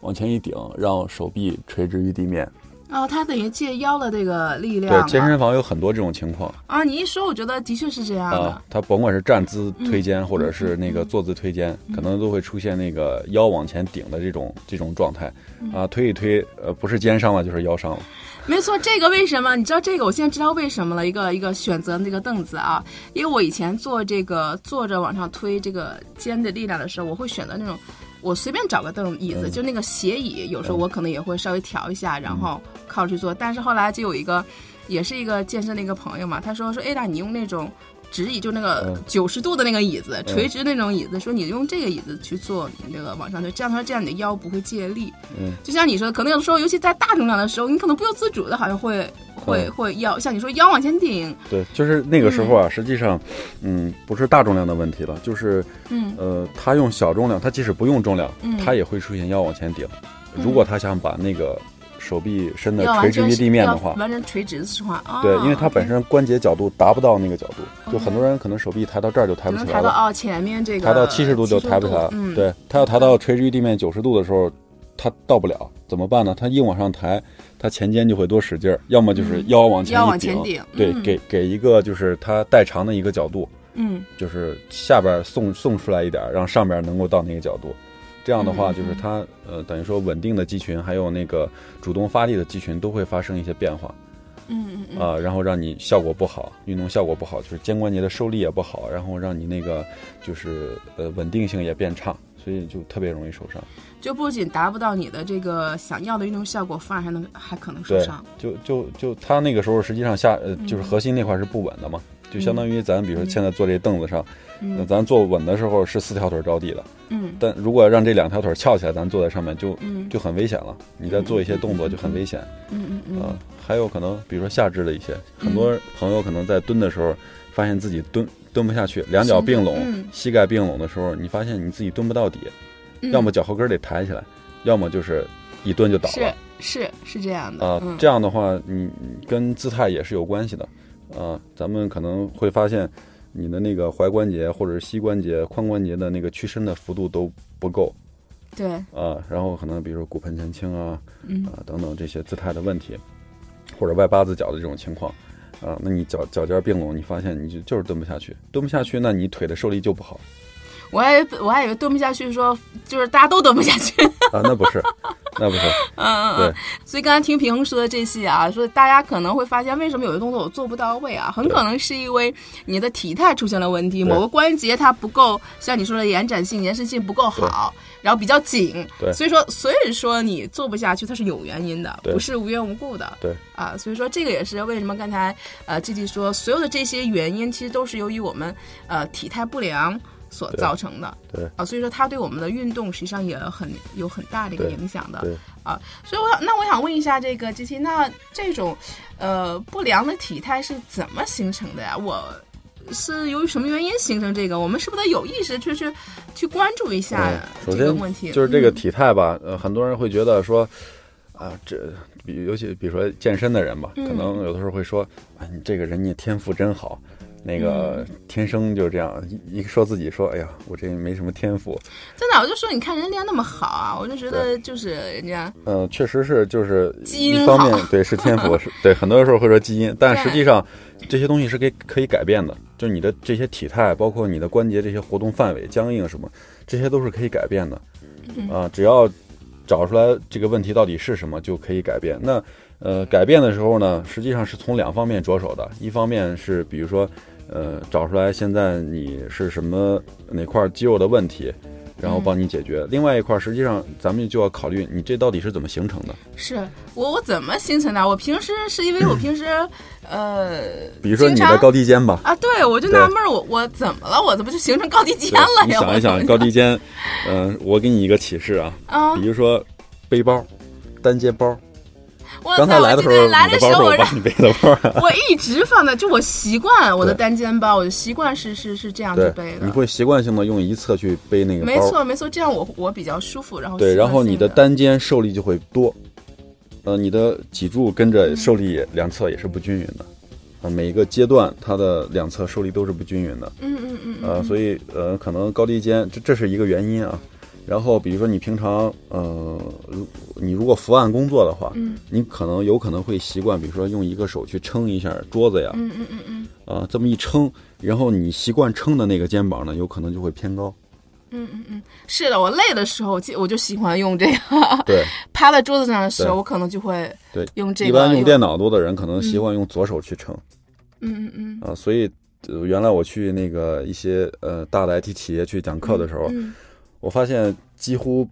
[SPEAKER 3] 往前一顶，让手臂垂直于地面。
[SPEAKER 2] 哦，他等于借腰的这个力量
[SPEAKER 3] 对
[SPEAKER 2] 了，
[SPEAKER 3] 健身房有很多这种情况
[SPEAKER 2] 啊，你一说，我觉得的确是这样的
[SPEAKER 3] 啊。，他甭管是站姿推肩，或者是
[SPEAKER 2] 嗯
[SPEAKER 3] 那个坐姿推肩，可能都会出现那个腰往前顶的这种这种状态
[SPEAKER 2] 嗯
[SPEAKER 3] 啊，推一推，呃，不是肩伤了就是腰伤了。
[SPEAKER 2] 没错，这个为什么？你知道这个，我现在知道为什么了。一个一个选择那个凳子啊，因为我以前做这个坐着往上推这个肩的力量的时候，我会选择那种我随便找个凳椅
[SPEAKER 3] 嗯
[SPEAKER 2] 子，就那个斜椅，有时候我可能也会稍微调一下，然后
[SPEAKER 3] 嗯
[SPEAKER 2] 靠去做。但是后来就有一个，也是一个健身的一个朋友嘛，他说说，哎，那你用那种。直椅就那个
[SPEAKER 3] 嗯
[SPEAKER 2] 九十度的那个椅子，垂直那种椅子，说你用这个椅子去做你这个往上推，这样的话，这样你的腰不会借力。
[SPEAKER 3] 嗯
[SPEAKER 2] 就像你说，的，可能有的时候，尤其在大重量的时候，你可能不由自主的，好像会会
[SPEAKER 3] 嗯
[SPEAKER 2] 会腰，像你说腰往前顶，
[SPEAKER 3] 对，就是那个时候啊，实际上，嗯，不是大重量的问题了，就是
[SPEAKER 2] 嗯
[SPEAKER 3] 呃，他用小重量，他即使不用重量，
[SPEAKER 2] 嗯
[SPEAKER 3] 他也会出现腰往前顶。
[SPEAKER 2] 嗯
[SPEAKER 3] 如果他想把那个手臂伸的
[SPEAKER 2] 要
[SPEAKER 3] 垂
[SPEAKER 2] 完
[SPEAKER 3] 直
[SPEAKER 2] 全
[SPEAKER 3] 于地面的
[SPEAKER 2] 要
[SPEAKER 3] 话，
[SPEAKER 2] 完全垂直的情况，啊
[SPEAKER 3] 对，因为他本身关节角度达不到那个角度，
[SPEAKER 2] OK
[SPEAKER 3] 就很多人可能手臂抬到这儿就抬
[SPEAKER 2] 可
[SPEAKER 3] 不
[SPEAKER 2] 能
[SPEAKER 3] 起
[SPEAKER 2] 抬
[SPEAKER 3] 来
[SPEAKER 2] 到
[SPEAKER 3] 了，
[SPEAKER 2] 哦前面这个
[SPEAKER 3] 抬到七十度就抬不起来了。
[SPEAKER 2] 嗯，，
[SPEAKER 3] 对，他要抬到垂直于地面九十度的时候，他到不了，怎么办呢？他硬往上抬，他前肩就会多使劲儿，要么就是腰往
[SPEAKER 2] 嗯
[SPEAKER 3] 前
[SPEAKER 2] 腰
[SPEAKER 3] 一
[SPEAKER 2] 往前顶，
[SPEAKER 3] 对，
[SPEAKER 2] 嗯
[SPEAKER 3] 给给一个就是他代偿的一个角度。
[SPEAKER 2] 嗯
[SPEAKER 3] 就是下边送送出来一点儿，让上边能够到那个角度。这样的话，
[SPEAKER 2] 嗯
[SPEAKER 3] 就是它呃，等于说稳定的肌群还有那个主动发力的肌群都会发生一些变化
[SPEAKER 2] 嗯嗯
[SPEAKER 3] 啊、然后让你效果不好，运动效果不好，就是肩关节的受力也不好，然后让你那个就是呃稳定性也变差，所以就特别容易受伤。
[SPEAKER 2] 嗯，就不仅达不到你的这个想要的运动效果，反而还能还可能受
[SPEAKER 3] 对
[SPEAKER 2] 伤，，嗯
[SPEAKER 3] 就就就他那个时候实际上下呃就是核心那块是不稳的嘛，就相当于咱比如说现在坐这凳子上，那
[SPEAKER 2] 嗯
[SPEAKER 3] 咱坐稳的时候是四条腿着地的，
[SPEAKER 2] 嗯
[SPEAKER 3] 但如果让这两条腿翘起来，咱坐在上面就
[SPEAKER 2] 嗯
[SPEAKER 3] 就很危险了。你在做一些动作就很危险
[SPEAKER 2] 嗯嗯
[SPEAKER 3] 啊、
[SPEAKER 2] 嗯，
[SPEAKER 3] 还有可能，比如说下肢的一些，很多朋友可能在蹲的时候，发现自己蹲蹲不下去，两脚并拢，
[SPEAKER 2] 嗯
[SPEAKER 3] 膝盖并拢的时候，你发现你自己蹲不到底，
[SPEAKER 2] 嗯
[SPEAKER 3] 要么脚后跟得抬起来，要么就是一蹲就倒了
[SPEAKER 2] 是是是这样的
[SPEAKER 3] 啊、
[SPEAKER 2] 嗯
[SPEAKER 3] 这样的话，你你跟姿态也是有关系的啊、咱们可能会发现。你的那个踝关节或者是膝关节、髋关节的那个屈伸的幅度都不够，
[SPEAKER 2] 对
[SPEAKER 3] 啊，然后可能比如说骨盆前倾啊
[SPEAKER 2] 嗯
[SPEAKER 3] 啊等等这些姿态的问题，或者外八字脚的这种情况，啊，那你脚脚尖儿并拢，你发现你就就是蹲不下去，蹲不下去，那你腿的受力就不好
[SPEAKER 2] 我还以为我还以为蹲不下去说，就是大家都蹲不下去。
[SPEAKER 3] 啊，那不是，那不是，
[SPEAKER 2] 嗯嗯
[SPEAKER 3] 对
[SPEAKER 2] 嗯，所以刚才听平衡说的这些啊，说大家可能会发现，为什么有些动作我做不到位啊？很可能是因为你的体态出现了问题，某个关节它不够，像你说的延展性、延伸性不够好，然后比较紧。
[SPEAKER 3] 对
[SPEAKER 2] 所以说，所以说你做不下去，它是有原因的，
[SPEAKER 3] 对
[SPEAKER 2] 不是无缘无故的。
[SPEAKER 3] 对
[SPEAKER 2] 啊，所以说这个也是为什么刚才呃季季说，所有的这些原因其实都是由于我们呃体态不良所
[SPEAKER 3] 对
[SPEAKER 2] 造成的。
[SPEAKER 3] 对
[SPEAKER 2] 啊，所以说它对我们的运动实际上也很有很大的一个
[SPEAKER 3] 对
[SPEAKER 2] 影响的。啊
[SPEAKER 3] 对。
[SPEAKER 2] 所以我想，那我想问一下这个机器，那这种呃不良的体态是怎么形成的呀？我是由于什么原因形成这个？我们是不是得有意识去去去关注一下
[SPEAKER 3] 嗯首
[SPEAKER 2] 这
[SPEAKER 3] 先
[SPEAKER 2] 个问题？嗯
[SPEAKER 3] 就是这个体态吧，呃，很多人会觉得说，啊，这比尤其比如说健身的人吧，
[SPEAKER 2] 嗯
[SPEAKER 3] 可能有的时候会说，啊，你这个人家天赋真好。那个
[SPEAKER 2] 嗯
[SPEAKER 3] 天生就这样，一一说自己说，哎呀，我这没什么天赋，
[SPEAKER 2] 真的，我就说你看人家那么好啊，我就觉得就是人家
[SPEAKER 3] 嗯，确实是，就是
[SPEAKER 2] 基因
[SPEAKER 3] 一方 面
[SPEAKER 2] 好
[SPEAKER 3] 对是天赋，是对很多时候会说基因，但
[SPEAKER 2] 对
[SPEAKER 3] 实际上这些东西是可以可以改变的，就是你的这些体态，包括你的关节这些活动范围、僵硬什么，这些都是可以改变的。
[SPEAKER 2] 嗯
[SPEAKER 3] 啊、只要找出来这个问题到底是什么，就可以改变。那呃，改变的时候呢，实际上是从两方面着手的，一方面是比如说，呃，找出来现在你是什么哪块肌肉的问题，然后帮你解决。另外一块儿，实际上咱们就要考虑你这到底是怎么形成的。
[SPEAKER 2] 是我我怎么形成的？我平时是因为我 平时，呃，
[SPEAKER 3] 比如说
[SPEAKER 2] 经
[SPEAKER 3] 你
[SPEAKER 2] 常
[SPEAKER 3] 的高低肩吧，
[SPEAKER 2] 啊，对我就
[SPEAKER 3] 对
[SPEAKER 2] 纳闷儿，我我怎么了？我怎么就形成高低肩
[SPEAKER 3] 对
[SPEAKER 2] 了
[SPEAKER 3] 你
[SPEAKER 2] 呀？
[SPEAKER 3] 想一想
[SPEAKER 2] 我
[SPEAKER 3] 高低肩，嗯、我给你一个启示啊，
[SPEAKER 2] 啊，
[SPEAKER 3] 比如说背包。单肩包，
[SPEAKER 2] 我
[SPEAKER 3] 刚才
[SPEAKER 2] 操！我
[SPEAKER 3] 来
[SPEAKER 2] 今
[SPEAKER 3] 的时
[SPEAKER 2] 天
[SPEAKER 3] 候，你
[SPEAKER 2] 来的
[SPEAKER 3] 的
[SPEAKER 2] 时
[SPEAKER 3] 包是
[SPEAKER 2] 候，
[SPEAKER 3] 我
[SPEAKER 2] 我 让
[SPEAKER 3] 帮你背的包啊。
[SPEAKER 2] 我一直放在，就我习惯我的
[SPEAKER 3] 对
[SPEAKER 2] 单肩包，我就习惯是是是这样去
[SPEAKER 3] 对
[SPEAKER 2] 背，
[SPEAKER 3] 你
[SPEAKER 2] 的。
[SPEAKER 3] 会习惯性的用一侧去背那个
[SPEAKER 2] 没
[SPEAKER 3] 包，
[SPEAKER 2] 错没错，这样我我比较舒服，然后
[SPEAKER 3] 对，
[SPEAKER 2] 习惯
[SPEAKER 3] 然后你
[SPEAKER 2] 性
[SPEAKER 3] 的
[SPEAKER 2] 的
[SPEAKER 3] 单肩受力就会多，呃，你的脊柱跟
[SPEAKER 2] 嗯
[SPEAKER 3] 着受力两侧也是不均匀的，啊、每一个阶段它的两侧受力都是不均匀的，
[SPEAKER 2] 嗯嗯嗯嗯
[SPEAKER 3] 呃，所以呃，可能高低肩这这是一个原因啊。然后比如说你平常呃，如你如果伏案工作的话，
[SPEAKER 2] 嗯
[SPEAKER 3] 你可能有可能会习惯，比如说用一个手去撑一下桌子呀，
[SPEAKER 2] 嗯嗯嗯嗯
[SPEAKER 3] 啊、这么一撑，然后你习惯撑的那个肩膀呢，有可能就会偏高。
[SPEAKER 2] 嗯嗯嗯，是的，我累的时候，我记我就喜欢用这个，
[SPEAKER 3] 对，
[SPEAKER 2] 趴在桌子上的时候，
[SPEAKER 3] 对
[SPEAKER 2] 我可能就会
[SPEAKER 3] 对
[SPEAKER 2] 用啊这个
[SPEAKER 3] 一般用电脑多的人可能习惯用左手去撑
[SPEAKER 2] 嗯嗯嗯，
[SPEAKER 3] 啊，所以、呃原来我去那个一些呃大的 IT 企业去讲课的时候，
[SPEAKER 2] 嗯
[SPEAKER 3] 我发现几乎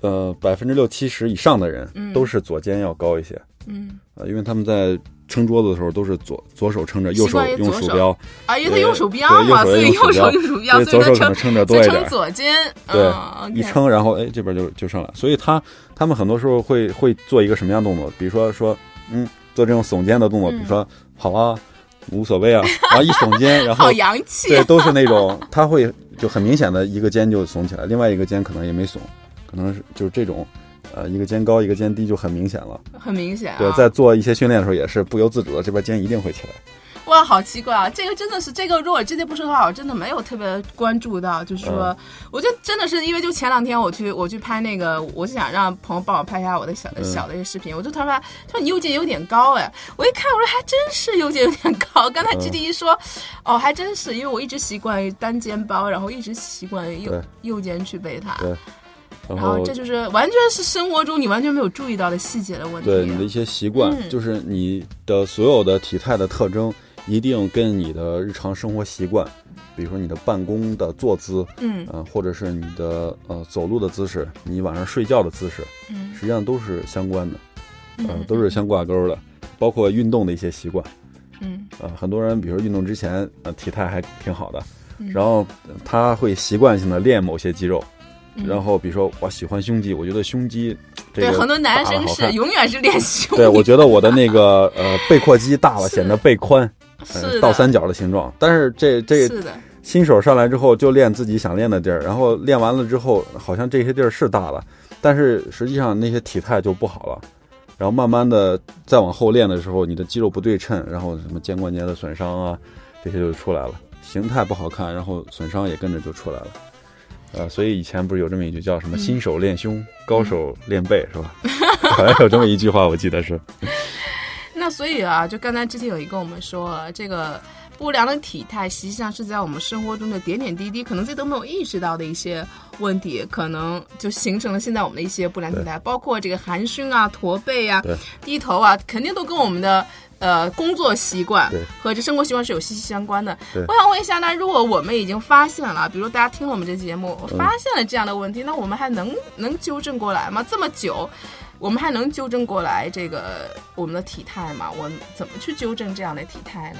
[SPEAKER 3] 呃百分之六七十以上的人
[SPEAKER 2] 嗯
[SPEAKER 3] 都是左肩要高一些
[SPEAKER 2] 嗯，
[SPEAKER 3] 啊、因为他们在撑桌子的时候都是左左手撑着，右
[SPEAKER 2] 习惯于
[SPEAKER 3] 用
[SPEAKER 2] 左
[SPEAKER 3] 鼠
[SPEAKER 2] 手
[SPEAKER 3] 标，
[SPEAKER 2] 啊，因为他
[SPEAKER 3] 对
[SPEAKER 2] 用手标
[SPEAKER 3] 对右
[SPEAKER 2] 嘛，
[SPEAKER 3] 手
[SPEAKER 2] 所以
[SPEAKER 3] 用手
[SPEAKER 2] 右手
[SPEAKER 3] 标
[SPEAKER 2] 用手标，
[SPEAKER 3] 所以
[SPEAKER 2] 所
[SPEAKER 3] 左
[SPEAKER 2] 以他
[SPEAKER 3] 手可
[SPEAKER 2] 撑，
[SPEAKER 3] 能撑着
[SPEAKER 2] 所
[SPEAKER 3] 多
[SPEAKER 2] 以
[SPEAKER 3] 一
[SPEAKER 2] 撑
[SPEAKER 3] 点。
[SPEAKER 2] 左肩，
[SPEAKER 3] 对
[SPEAKER 2] 嗯，OK
[SPEAKER 3] 一撑，然后哎，这边就就上来，所以他他们很多时候会会做一个什么样的动作？比如说说，嗯，做这种耸肩的动作，
[SPEAKER 2] 嗯
[SPEAKER 3] 比如说好啊，无所 谓啊，然后一耸肩，然后
[SPEAKER 2] 好洋气，
[SPEAKER 3] 对，都是那种他会就很明显的一个肩就耸起来，另外一个肩可能也没耸，可能是就是这种，呃，一个肩高一个肩低就很明显了。
[SPEAKER 2] 很明显啊。
[SPEAKER 3] 对，在做一些训练的时候也是不由自主的，这边肩一定会起来。
[SPEAKER 2] 哇，好奇怪啊！这个真的是，这个如果之前不说的话，我真的没有特别关注到，就是说，
[SPEAKER 3] 嗯
[SPEAKER 2] 我觉得真的是因为就前两天我去我去拍那个，我就想让朋友帮我拍一下我的小、
[SPEAKER 3] 嗯
[SPEAKER 2] 小的一个视频，我就突然发现，他说你右肩有点高哎，我一看我说还真是右肩有点高，刚才
[SPEAKER 3] 嗯
[SPEAKER 2] G D 一说，哦还真是，因为我一直习惯于单肩包，然后一直习惯于右
[SPEAKER 3] 对
[SPEAKER 2] 右肩去背它。
[SPEAKER 3] 对然
[SPEAKER 2] 然
[SPEAKER 3] 后
[SPEAKER 2] 后哦这就是完全是生活中你完全没有注意到的细节的问题。啊
[SPEAKER 3] 对你的一些习惯，
[SPEAKER 2] 嗯
[SPEAKER 3] 就是你的所有的体态的特征，一定跟你的日常生活习惯，比如说你的办公的坐姿，
[SPEAKER 2] 嗯
[SPEAKER 3] 嗯、或者是你的呃走路的姿势，你晚上睡觉的姿势，
[SPEAKER 2] 嗯
[SPEAKER 3] 实际上都是相关的，呃，
[SPEAKER 2] 嗯，
[SPEAKER 3] 都是相挂钩的，包括运动的一些习惯。
[SPEAKER 2] 嗯
[SPEAKER 3] 呃，很多人比如运动之前，呃，体态还挺好的，
[SPEAKER 2] 嗯
[SPEAKER 3] 然后呃他会习惯性的练某些肌肉，
[SPEAKER 2] 嗯
[SPEAKER 3] 然后比如说我喜欢胸肌，我觉得胸肌这个
[SPEAKER 2] 对，很多男
[SPEAKER 3] 大了
[SPEAKER 2] 生
[SPEAKER 3] 好
[SPEAKER 2] 是
[SPEAKER 3] 看。
[SPEAKER 2] 永远是练胸，
[SPEAKER 3] 对，我觉得我的那个呃背阔肌大了，
[SPEAKER 2] 是
[SPEAKER 3] 显得背宽，
[SPEAKER 2] 是
[SPEAKER 3] 呃
[SPEAKER 2] 的
[SPEAKER 3] 倒三角的形状。但是这这
[SPEAKER 2] 是的，
[SPEAKER 3] 新手上来之后就练自己想练的地儿，然后练完了之后，好像这些地儿是大了，但是实际上那些体态就不好了。然后慢慢的再往后练的时候，你的肌肉不对称，然后什么肩关节的损伤啊，这些就出来了，形态不好看，然后损伤也跟着就出来了。呃，所以以前不是有这么一句叫什么“
[SPEAKER 2] 嗯
[SPEAKER 3] 新手练胸，高手练背”是吧？好像有这么一句话，我记得是。
[SPEAKER 2] 那所以啊，就刚才之前有一个我们说了，这个不良的体态实际上是在我们生活中的点点滴滴，可能自己都没有意识到的一些问题，可能就形成了现在我们的一些不良体态，包括这个含胸啊、驼背啊
[SPEAKER 3] 对、
[SPEAKER 2] 低头啊，肯定都跟我们的。呃，工作习惯
[SPEAKER 3] 对
[SPEAKER 2] 和这生活习惯是有息息相关的。
[SPEAKER 3] 对
[SPEAKER 2] 我想问一下，那如果我们已经发现了，比如大家听了我们这节目，
[SPEAKER 3] 嗯
[SPEAKER 2] 发现了这样的问题，那我们还能能纠正过来吗？这么久，我们还能纠正过来这个我们的体态吗？我们怎么去纠正这样的体态呢？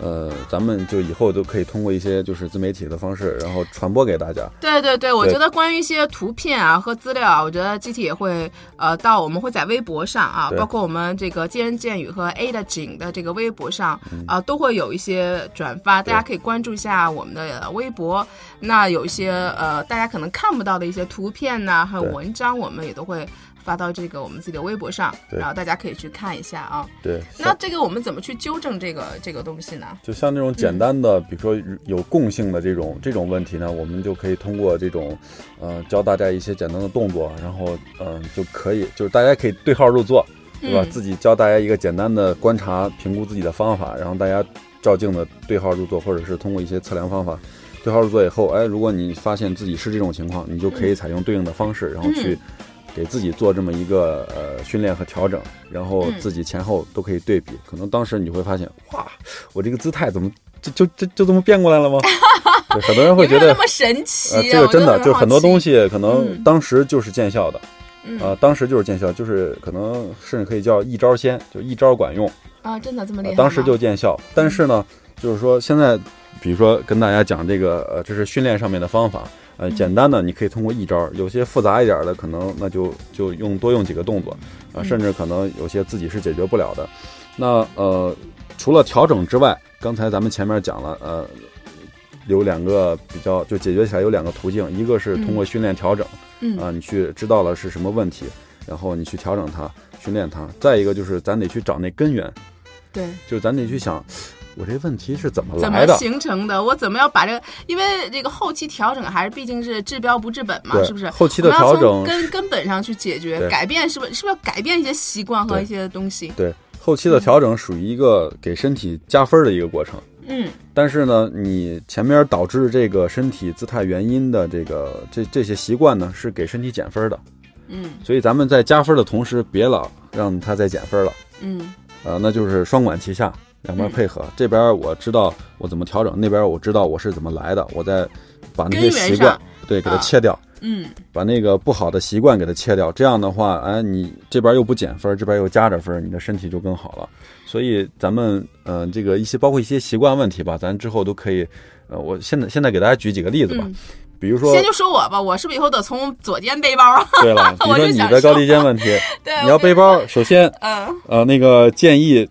[SPEAKER 3] 呃，咱们就以后都可以通过一些就是自媒体的方式，然后传播给大家。
[SPEAKER 2] 对对对，我
[SPEAKER 3] 对
[SPEAKER 2] 觉得关于一些图片啊和资料啊，我觉得 GT 也会呃到我们会在微博上啊，
[SPEAKER 3] 对
[SPEAKER 2] 包括我们这个见人见语和 A 的景的这个微博上
[SPEAKER 3] 嗯
[SPEAKER 2] 啊、都会有一些转发，大家可以关注一下我们的微博。那有一些呃大家可能看不到的一些图片呐、还有
[SPEAKER 3] 对
[SPEAKER 2] 文章，我们也都会发到这个我们自己的微博上，
[SPEAKER 3] 对
[SPEAKER 2] 然后大家可以去看一下啊。
[SPEAKER 3] 对，
[SPEAKER 2] 那这个我们怎么去纠正这个这个东西呢？
[SPEAKER 3] 就像
[SPEAKER 2] 嗯
[SPEAKER 3] 这种简单的，比如说有共性的这种这种问题呢，我们就可以通过这种，呃，教大家一些简单的动作，然后嗯、就可以，就是大家可以对号入座，对吧？
[SPEAKER 2] 嗯
[SPEAKER 3] 自己教大家一个简单的观察、评估自己的方法，然后大家照镜子对号入座，或者是通过一些测量方法对号入座以后，哎，如果你发现自己是这种情况，你就可以采用对应的方式，然后去
[SPEAKER 2] 嗯
[SPEAKER 3] 给自己做这么一个呃训练和调整，然后
[SPEAKER 2] 嗯
[SPEAKER 3] 自己前后都可以对比。可能当时你会发现，哇，我这个姿态怎么就就就就这么变过来了 吗？对很多人会觉
[SPEAKER 2] 有没有
[SPEAKER 3] 得
[SPEAKER 2] 那，么神奇、啊
[SPEAKER 3] 呃，这个真的就是很多东
[SPEAKER 2] 西，
[SPEAKER 3] 西可能
[SPEAKER 2] 嗯
[SPEAKER 3] 当时就是见效的，
[SPEAKER 2] 嗯
[SPEAKER 3] 呃，当时就是见效，就是可能甚至可以叫一招鲜，就一招管用。
[SPEAKER 2] 啊，真的这么厉害
[SPEAKER 3] 呃
[SPEAKER 2] 吗、
[SPEAKER 3] 当时就见效。但是呢，就是说现在，比如说跟大家讲这个，呃，这是训练上面的方法。呃，
[SPEAKER 2] 嗯
[SPEAKER 3] 简单的你可以通过一招，有些复杂一点的，可能那就就用多用几个动作，啊、
[SPEAKER 2] 嗯
[SPEAKER 3] 甚至可能有些自己是解决不了的。那呃，除了调整之外，刚才咱们前面讲了，呃，有两个比较就解决起来有两个途径，一个是通过训练调整，
[SPEAKER 2] 嗯
[SPEAKER 3] 啊，你去知道了是什么问题，然后你去调整它、训练它。再一个就是咱得去找那根源，
[SPEAKER 2] 对，
[SPEAKER 3] 就是咱得去想，我这问题是怎么
[SPEAKER 2] 怎
[SPEAKER 3] 来
[SPEAKER 2] 么
[SPEAKER 3] 的？
[SPEAKER 2] 形成的？我怎么要把这个？因为这个后期调整还是毕竟是治标不治本嘛，
[SPEAKER 3] 对，
[SPEAKER 2] 是不是？
[SPEAKER 3] 后期的
[SPEAKER 2] 我们要
[SPEAKER 3] 调
[SPEAKER 2] 从
[SPEAKER 3] 整是，
[SPEAKER 2] 根根本上去解决
[SPEAKER 3] 对，
[SPEAKER 2] 改变是不是是不是要改变一些习惯和
[SPEAKER 3] 对
[SPEAKER 2] 一些东西？
[SPEAKER 3] 对，后期的调整属于一个给身体加分的一个过程。
[SPEAKER 2] 嗯
[SPEAKER 3] 但是呢，你前面导致这个身体姿态原因的这个这这些习惯呢，是给身体减分的。
[SPEAKER 2] 嗯
[SPEAKER 3] 所以咱们在加分的同时，别老让它再减分了。
[SPEAKER 2] 嗯
[SPEAKER 3] 呃，那就是双管齐下，两边
[SPEAKER 2] 嗯
[SPEAKER 3] 配合。这边我知道我怎么调整，那边我知道我是怎么来的，我再把那些
[SPEAKER 2] 根源
[SPEAKER 3] 习惯
[SPEAKER 2] 上
[SPEAKER 3] 对给它
[SPEAKER 2] 啊
[SPEAKER 3] 切掉。
[SPEAKER 2] 嗯
[SPEAKER 3] 把那个不好的习惯给它切掉，这样的话，哎，你这边又不减分，这边又加着分，你的身体就更好了。所以咱们，嗯、这个一些包括一些习惯问题吧，咱之后都可以，呃，我现在现在给大家举几个例子吧，
[SPEAKER 2] 嗯，
[SPEAKER 3] 比如说
[SPEAKER 2] 先，就说我吧，我是不是以后得从左肩背包啊？
[SPEAKER 3] 对了，比如
[SPEAKER 2] 我就
[SPEAKER 3] 说你
[SPEAKER 2] 想
[SPEAKER 3] 的
[SPEAKER 2] 说
[SPEAKER 3] 高低肩问题，
[SPEAKER 2] 对，
[SPEAKER 3] 你要
[SPEAKER 2] 我跟
[SPEAKER 3] 背包，首先，
[SPEAKER 2] 嗯，
[SPEAKER 3] 呃，那个建议，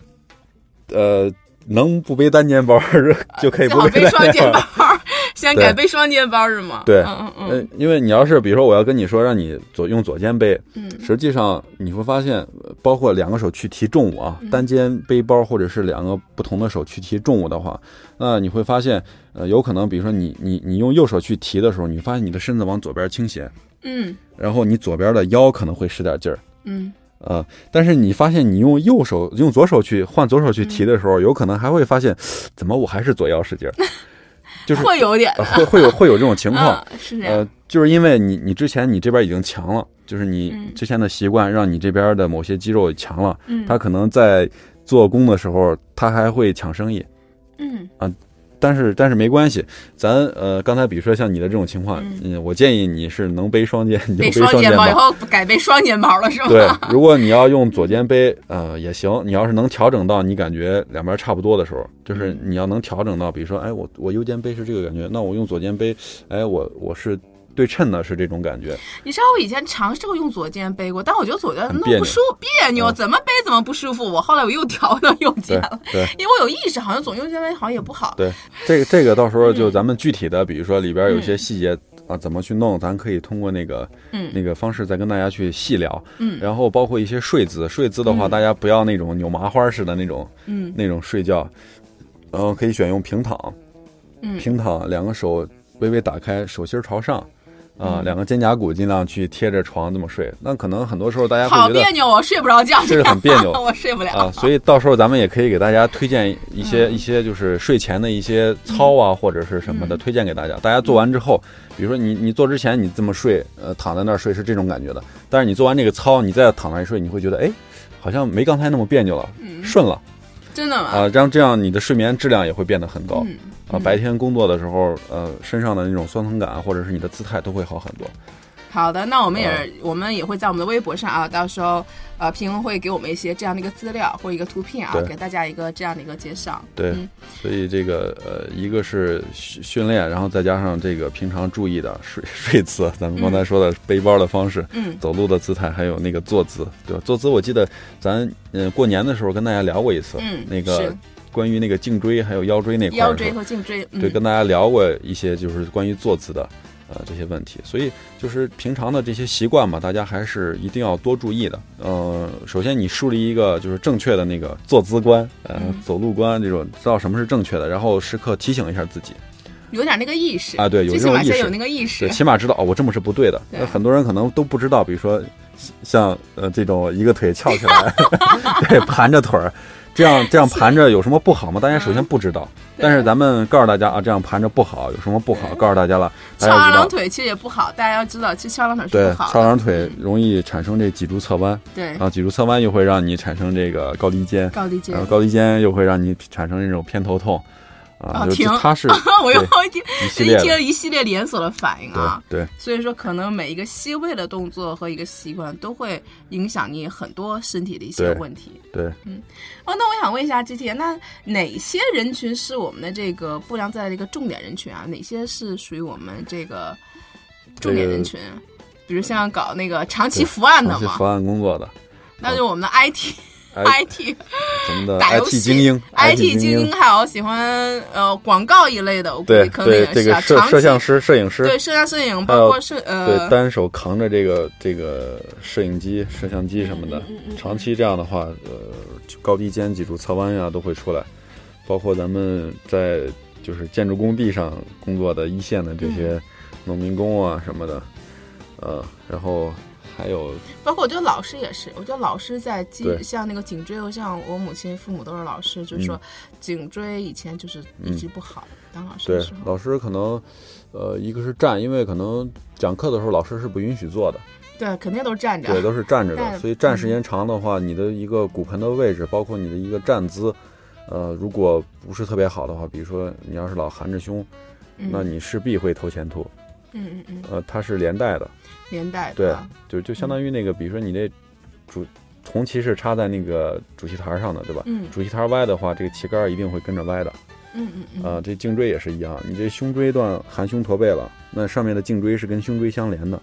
[SPEAKER 3] 呃，能不背单肩包儿 就可以
[SPEAKER 2] 最
[SPEAKER 3] 不
[SPEAKER 2] 好
[SPEAKER 3] 背
[SPEAKER 2] 背双
[SPEAKER 3] 单
[SPEAKER 2] 肩
[SPEAKER 3] 肩包儿。
[SPEAKER 2] 包，先
[SPEAKER 3] 对
[SPEAKER 2] 改背双肩包是吗？
[SPEAKER 3] 对
[SPEAKER 2] 嗯嗯
[SPEAKER 3] 呃，因为你要是比如说我要跟你说让你左用左肩背，
[SPEAKER 2] 嗯嗯
[SPEAKER 3] 实际上你会发现，呃包括两个手去提重物啊，
[SPEAKER 2] 嗯
[SPEAKER 3] 单肩背包或者是两个不同的手去提重物的话，那你会发现，呃，有可能比如说你你你用右手去提的时候，你发现你的身子往左边倾斜，
[SPEAKER 2] 嗯
[SPEAKER 3] 然后你左边的腰可能会使点劲儿。
[SPEAKER 2] 嗯
[SPEAKER 3] 啊、但是你发现你用右手用左手去换左手去提的时候，
[SPEAKER 2] 嗯
[SPEAKER 3] 有可能还会发现，怎么我还是左腰使劲儿， 就是
[SPEAKER 2] 会有点
[SPEAKER 3] 呃会会有会有这种情况。
[SPEAKER 2] 嗯，是这样，
[SPEAKER 3] 呃，就是因为你你之前你这边已经强了，就是你
[SPEAKER 2] 嗯
[SPEAKER 3] 之前的习惯让你这边的某些肌肉强了，
[SPEAKER 2] 嗯
[SPEAKER 3] 它可能在做工的时候，它还会抢生意。
[SPEAKER 2] 嗯
[SPEAKER 3] 但是但是没关系，咱呃刚才比如说像你的这种情况，
[SPEAKER 2] 嗯
[SPEAKER 3] 嗯，我建议你是能背双肩你就
[SPEAKER 2] 背
[SPEAKER 3] 背
[SPEAKER 2] 双
[SPEAKER 3] 双
[SPEAKER 2] 肩
[SPEAKER 3] 肩
[SPEAKER 2] 包以
[SPEAKER 3] 吧。
[SPEAKER 2] 后改背双肩包了是吗？
[SPEAKER 3] 对，如果你要用左肩背，呃也行。你要是能调整到你感觉两边差不多的时候，就是你要能调整到，比如说，哎，我我右肩背是这个感觉，那我用左肩背，哎，我我是对称的，是这种感觉。
[SPEAKER 2] 你知道我以前尝试过用左肩背过，但我觉得左肩
[SPEAKER 3] 很别
[SPEAKER 2] 弄
[SPEAKER 3] 扭
[SPEAKER 2] 不舒服，别扭，
[SPEAKER 3] 嗯
[SPEAKER 2] 怎么背怎么不舒服。我后来我又调到右肩
[SPEAKER 3] 对
[SPEAKER 2] 了，
[SPEAKER 3] 对。
[SPEAKER 2] 因为我有意识，好像总右肩背好像也不好。
[SPEAKER 3] 对，这个这个到时候就
[SPEAKER 2] 嗯
[SPEAKER 3] 咱们具体的，比如说里边有些
[SPEAKER 2] 嗯
[SPEAKER 3] 细节啊，怎么去弄，咱可以通过那个
[SPEAKER 2] 嗯
[SPEAKER 3] 那个方式再跟大家去细聊。
[SPEAKER 2] 嗯
[SPEAKER 3] 然后包括一些睡姿，睡姿的话，
[SPEAKER 2] 嗯
[SPEAKER 3] 大家不要那种扭麻花式的那种
[SPEAKER 2] 嗯
[SPEAKER 3] 那种睡觉，然后可以选用平躺，
[SPEAKER 2] 嗯
[SPEAKER 3] 平躺两个手微微打开，手心儿朝上。啊，
[SPEAKER 2] 嗯
[SPEAKER 3] 两个肩胛骨尽量去贴着床这么睡，那可能很多时候大家
[SPEAKER 2] 好
[SPEAKER 3] 会觉得
[SPEAKER 2] 别扭，我睡不着觉，
[SPEAKER 3] 这是很别扭
[SPEAKER 2] 我睡不了。
[SPEAKER 3] 啊，所以到时候咱们也可以给大家推荐一些、
[SPEAKER 2] 嗯
[SPEAKER 3] 一些就是睡前的一些操啊，或者是什
[SPEAKER 2] 嗯
[SPEAKER 3] 么的，推荐给大家。大家做完之后，比如说你你做之前你这么睡，呃，躺在那儿睡是这种感觉的，但是你做完这个操，你再躺那儿睡，你会觉得哎，好像没刚才那么别扭了，
[SPEAKER 2] 嗯
[SPEAKER 3] 顺了
[SPEAKER 2] 真的吗？
[SPEAKER 3] 啊，让这样你的睡眠质量也会变得很高。
[SPEAKER 2] 嗯
[SPEAKER 3] 啊，白天工作的时候，呃，身上的那种酸疼感，啊或者是你的姿态都会好很多。
[SPEAKER 2] 好的，那我们也、
[SPEAKER 3] 啊
[SPEAKER 2] 我们也会在我们的微博上啊，到时候呃评论会给我们一些这样的一个资料或一个图片啊
[SPEAKER 3] 对，
[SPEAKER 2] 给大家一个这样的一个介绍。
[SPEAKER 3] 对
[SPEAKER 2] 嗯，
[SPEAKER 3] 所以这个呃，一个是训训练，然后再加上这个平常注意的睡睡姿，咱们刚才说的背包的方式、
[SPEAKER 2] 嗯
[SPEAKER 3] 走路的姿态，还有那个坐姿，对吧？坐姿我记得咱嗯、呃过年的时候跟大家聊过一次，
[SPEAKER 2] 嗯，
[SPEAKER 3] 那个
[SPEAKER 2] 是
[SPEAKER 3] 关于那个颈椎还有腰椎那块
[SPEAKER 2] 腰
[SPEAKER 3] 儿的时候，
[SPEAKER 2] 椎和颈椎，嗯
[SPEAKER 3] 对，跟大家聊过一些就是关于坐姿的。呃，这些问题，所以就是平常的这些习惯嘛，大家还是一定要多注意的。呃，首先你树立一个就是正确的那个坐姿观，呃，
[SPEAKER 2] 嗯
[SPEAKER 3] 走路观这种，知道什么是正确的，然后时刻提醒一下自己，
[SPEAKER 2] 有点那个意识
[SPEAKER 3] 啊对有
[SPEAKER 2] 最
[SPEAKER 3] 这
[SPEAKER 2] 起
[SPEAKER 3] 种
[SPEAKER 2] 码
[SPEAKER 3] 意
[SPEAKER 2] 先
[SPEAKER 3] 识
[SPEAKER 2] 有那个意识
[SPEAKER 3] 对，。起码知道哦，我这么是不对的。
[SPEAKER 2] 对
[SPEAKER 3] 那很多人可能都不知道，比如说像呃这种一个腿翘起来， 对，盘着腿儿，这样这样盘着有什么不好吗？大家首先不知道，
[SPEAKER 2] 嗯对嗯
[SPEAKER 3] 但是咱们告诉大家啊，这样盘着不好，有什么不好？告诉大家了，大
[SPEAKER 2] 翘
[SPEAKER 3] 家
[SPEAKER 2] 二
[SPEAKER 3] 知道
[SPEAKER 2] 郎。腿其实也不好，大家要知道，其实翘二郎腿是
[SPEAKER 3] 对
[SPEAKER 2] 不，好的。
[SPEAKER 3] 翘啊二郎腿容易产生这脊柱侧弯，
[SPEAKER 2] 对
[SPEAKER 3] 然，后脊柱侧弯又会让你产生这个高低肩，
[SPEAKER 2] 高低肩
[SPEAKER 3] 然后高低肩又会让你产生这种偏头痛，啊，
[SPEAKER 2] 哦
[SPEAKER 3] 就
[SPEAKER 2] 停
[SPEAKER 3] 就它是
[SPEAKER 2] 我又
[SPEAKER 3] 对
[SPEAKER 2] 一听
[SPEAKER 3] 一系
[SPEAKER 2] 一
[SPEAKER 3] 列
[SPEAKER 2] 听
[SPEAKER 3] 的，
[SPEAKER 2] 一系列连锁的反应啊。
[SPEAKER 3] 对对
[SPEAKER 2] 所以说，可能每一个细微的动作和一个习惯都会影响你很多身体的一些
[SPEAKER 3] 对
[SPEAKER 2] 问题。
[SPEAKER 3] 对，
[SPEAKER 2] 哦，那我想问一下 G T，那哪些人群是我们的这个不良在的一个重点人群啊？哪些是属于我们这个重点人群？啊比如像搞那个长期伏案的
[SPEAKER 3] 长期
[SPEAKER 2] 嘛，
[SPEAKER 3] 伏案工作的，
[SPEAKER 2] 那就是我们的 IT、
[SPEAKER 3] 哎，
[SPEAKER 2] IT
[SPEAKER 3] 咱们的
[SPEAKER 2] 打游
[SPEAKER 3] IT
[SPEAKER 2] 戏
[SPEAKER 3] 精英
[SPEAKER 2] IT
[SPEAKER 3] 精
[SPEAKER 2] 精英，还有喜欢呃广告一类的，我估
[SPEAKER 3] 对
[SPEAKER 2] 计可能
[SPEAKER 3] 对，
[SPEAKER 2] 也
[SPEAKER 3] 这
[SPEAKER 2] 是
[SPEAKER 3] 个
[SPEAKER 2] 啊，
[SPEAKER 3] 摄
[SPEAKER 2] 长期
[SPEAKER 3] 摄像师、摄影师，
[SPEAKER 2] 对摄像摄影，
[SPEAKER 3] 还
[SPEAKER 2] 包
[SPEAKER 3] 有
[SPEAKER 2] 括摄呃
[SPEAKER 3] 对，单手扛着这个这个摄影机、摄像机什么
[SPEAKER 2] 嗯
[SPEAKER 3] 的，长期这样的话，呃，高低肩、脊柱侧弯呀、都会出来，包括咱们在就是建筑工地上工作的一线的这
[SPEAKER 2] 嗯
[SPEAKER 3] 些农民工啊什么的，呃，然后还有
[SPEAKER 2] 包括我觉得老师也是，我觉得老师在颈
[SPEAKER 3] 对
[SPEAKER 2] 像那个颈椎，像我母亲、父母都是老师，就是说颈椎以前就是一直不好，当老师
[SPEAKER 3] 嗯对
[SPEAKER 2] 的时候，
[SPEAKER 3] 老师可能，呃，一个是站，因为可能讲课的时候老师是不允许坐的，
[SPEAKER 2] 对，肯定都是站着，
[SPEAKER 3] 对，都是站着
[SPEAKER 2] 站
[SPEAKER 3] 的，
[SPEAKER 2] 着
[SPEAKER 3] 所以站时间长的话，你的一个骨盆的位置，包括你的一个站姿，呃，如果不是特别好的话，比如说你要是老含着胸，
[SPEAKER 2] 嗯
[SPEAKER 3] 那你势必会头前凸，
[SPEAKER 2] 嗯嗯嗯，
[SPEAKER 3] 呃，它是连带的，
[SPEAKER 2] 连带
[SPEAKER 3] 对
[SPEAKER 2] 的啊，
[SPEAKER 3] 就就相当于那个，比如说你这主红旗是插在那个主席台上的，对吧？
[SPEAKER 2] 嗯
[SPEAKER 3] 主席台歪的话，这个旗杆一定会跟着歪的
[SPEAKER 2] 嗯嗯嗯，
[SPEAKER 3] 啊、这颈椎也是一样，你这胸椎段含胸驼背了，那上面的颈椎是跟胸椎相连的，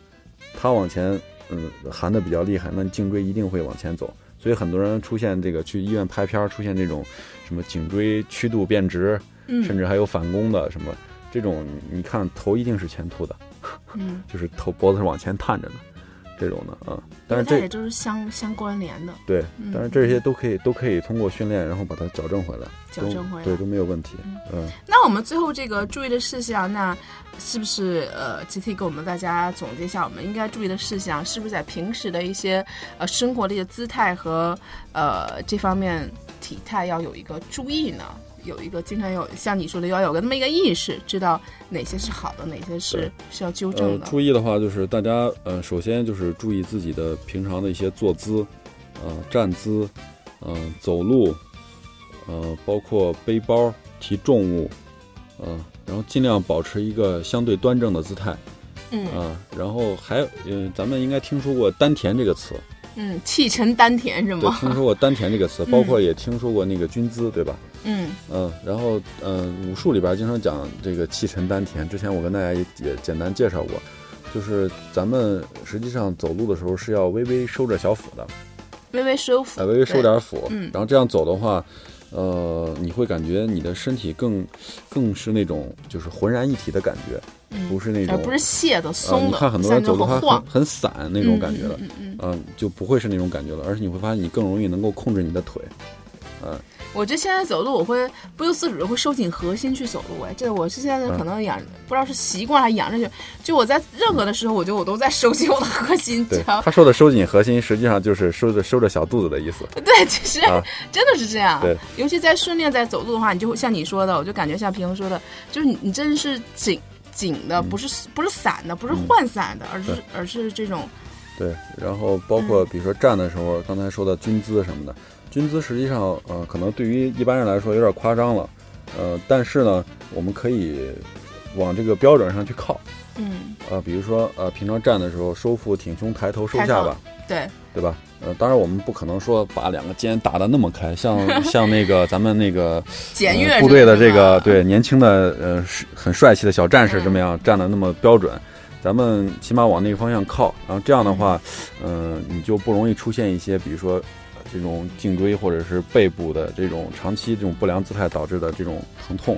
[SPEAKER 3] 它往前，嗯，含的比较厉害，那颈椎一定会往前走。所以很多人出现这个去医院拍片儿，出现这种什么颈椎曲度变直，
[SPEAKER 2] 嗯
[SPEAKER 3] 甚至还有反弓的什么这种，你看头一定是前凸的，
[SPEAKER 2] 嗯，
[SPEAKER 3] 就是头脖子是往前探着的，这种的啊。但
[SPEAKER 2] 因为
[SPEAKER 3] 是
[SPEAKER 2] 它
[SPEAKER 3] 这
[SPEAKER 2] 也就是相相关联的，
[SPEAKER 3] 对
[SPEAKER 2] 嗯，
[SPEAKER 3] 但是这些都可以都可以通过训练，然后把它矫正回来，
[SPEAKER 2] 矫正回来
[SPEAKER 3] 都对都没有问题。嗯，
[SPEAKER 2] 那我们最后这个注意的事项，那是不是呃集体给我们大家总结一下，我们应该注意的事项，是不是在平时的一些呃生活的一些姿态和呃这方面体态要有一个注意呢？有一个经常有像你说的要有个那么一个意识，知道哪些是好的，哪些是
[SPEAKER 3] 对
[SPEAKER 2] 是要纠
[SPEAKER 3] 呃
[SPEAKER 2] 正，的。
[SPEAKER 3] 注意的话就是大家呃，首先就是注意自己的平常的一些坐姿，呃，站姿，呃，走路，呃，包括背包、提重物，呃，然后尽量保持一个相对端正的姿态啊、
[SPEAKER 2] 嗯
[SPEAKER 3] 然后还有呃，咱们应该听说过丹田这个词，
[SPEAKER 2] 嗯，气沉丹田是
[SPEAKER 3] 对，
[SPEAKER 2] 吗？
[SPEAKER 3] 听说过丹田这个 词，包括也听说过那个军姿，对吧？
[SPEAKER 2] 嗯
[SPEAKER 3] 嗯，然后嗯，武术里边经常讲这个气沉丹田，之前我跟大家也也简单介绍过，就是咱们实际上走路的时候是要微微收着小腹的，
[SPEAKER 2] 微微收腹，
[SPEAKER 3] 哎，微微收
[SPEAKER 2] 对
[SPEAKER 3] 点腹，
[SPEAKER 2] 嗯
[SPEAKER 3] 然后这样走的话，呃，你会感觉你的身体更更是那种就是浑然一体的感觉，
[SPEAKER 2] 嗯
[SPEAKER 3] 不是那
[SPEAKER 2] 而
[SPEAKER 3] 种
[SPEAKER 2] 不是卸的
[SPEAKER 3] 呃，
[SPEAKER 2] 松
[SPEAKER 3] 你
[SPEAKER 2] 的，
[SPEAKER 3] 看很多
[SPEAKER 2] 像
[SPEAKER 3] 人
[SPEAKER 2] 那
[SPEAKER 3] 走路
[SPEAKER 2] 种
[SPEAKER 3] 他很
[SPEAKER 2] 晃
[SPEAKER 3] 很散那种感觉了，
[SPEAKER 2] 嗯嗯嗯嗯
[SPEAKER 3] 嗯、就不会是那种感觉了，而且你会发现你更容易能够控制你的腿，
[SPEAKER 2] 我这现在走路，我会不由自主的会收紧核心去走路。哎，这我是现在可能
[SPEAKER 3] 嗯
[SPEAKER 2] 养，不知道是习惯还是养成就，就我在任何的时候，我觉得我都在收紧我的核心，只
[SPEAKER 3] 对，
[SPEAKER 2] 要
[SPEAKER 3] 他说的收紧核心，实际上就是收着收着小肚子的意思。
[SPEAKER 2] 对，其实、
[SPEAKER 3] 啊
[SPEAKER 2] 真的是这样。
[SPEAKER 3] 对，
[SPEAKER 2] 尤其在训练在走路的话，你就会像你说的，我就感觉像平衡说的，就是你你真的是紧紧的，不是不是散的，不是涣散的，而是
[SPEAKER 3] 嗯对
[SPEAKER 2] 而是这种
[SPEAKER 3] 对，然后包括
[SPEAKER 2] 嗯
[SPEAKER 3] 比如说站的时候，刚才说的军姿什么的，军姿实际上呃，可能对于一般人来说有点夸张了，呃，但是呢，我们可以往这个标准上去靠。
[SPEAKER 2] 嗯，
[SPEAKER 3] 呃，比如说呃，平常站的时候收腹、挺胸、抬头、收
[SPEAKER 2] 抬
[SPEAKER 3] 下
[SPEAKER 2] 头
[SPEAKER 3] 巴，
[SPEAKER 2] 对，
[SPEAKER 3] 对吧？呃，当然我们不可能说把两个肩打得那么 开，像像那个咱们那个
[SPEAKER 2] 检阅
[SPEAKER 3] 呃部队的这个
[SPEAKER 2] 之类
[SPEAKER 3] 对年轻的呃是很帅气的小战士这么样站的那么标准，咱们起码往那个方向靠，然后这样的话，嗯，你就不容易出现一些比如说呃这种颈椎或者是背部的这种长期这种不良姿态导致的这种疼痛，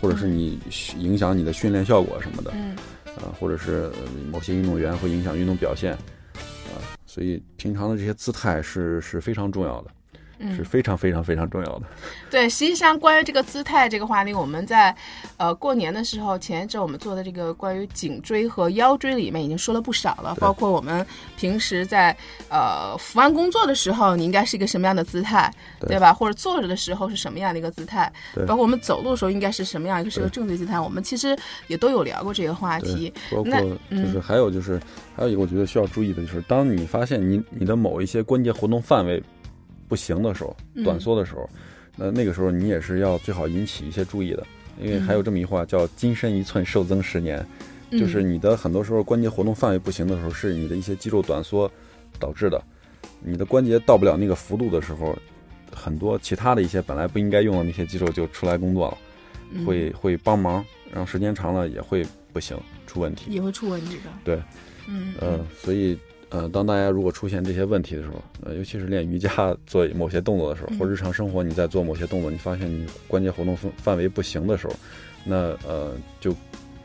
[SPEAKER 3] 或者是你影响你的训练效果什么的
[SPEAKER 2] 的，嗯。
[SPEAKER 3] 啊，或者是呃某些运动员会影响运动表现，啊，所以平常的这些姿态是是非常重要的，
[SPEAKER 2] 嗯
[SPEAKER 3] 是非常非常非常重要的。
[SPEAKER 2] 对，实际上关于这个姿态这个话题，我们在呃过年的时候，前一阵我们做的这个关于颈椎和腰椎里面已经说了不少了，包括我们平时在呃伏案工作的时候，你应该是一个什么样的姿态，对
[SPEAKER 3] 对
[SPEAKER 2] 吧？或者坐着的时候是什么样的一个姿态
[SPEAKER 3] 对，
[SPEAKER 2] 包括我们走路的时候应该是什么样一个是个
[SPEAKER 3] 对
[SPEAKER 2] 正确姿态，我们其实也都有聊过这个话题
[SPEAKER 3] 对。，包
[SPEAKER 2] 那
[SPEAKER 3] 括就
[SPEAKER 2] 嗯
[SPEAKER 3] 是还有就是还有一个我觉得需要注意的就是，当你发现你你的某一些关节活动范围不行的时候，短
[SPEAKER 2] 嗯
[SPEAKER 3] 缩的时候，那那个时候你也是要最好引起一些注意的。因为还
[SPEAKER 2] 嗯
[SPEAKER 3] 有这么一句话叫“金深一寸，寿增十年”，就是你的很多时候关节活动范围不行的时候，是你的一些肌肉短缩导致的。你的关节到不了那个幅度的时候，很多其他的一些本来不应该用的那些肌肉就出来工作了，
[SPEAKER 2] 嗯
[SPEAKER 3] 会会帮忙，然后时间长了也会不行，出问题。
[SPEAKER 2] 嗯也会出问题的。
[SPEAKER 3] 对，
[SPEAKER 2] 嗯，
[SPEAKER 3] 呃，所以呃，当大家如果出现这些问题的时候，呃，尤其是练瑜伽做某些动作的时候，或
[SPEAKER 2] 嗯
[SPEAKER 3] 日常生活你在做某些动作，你发现你关节活动范范围不行的时候，那呃，就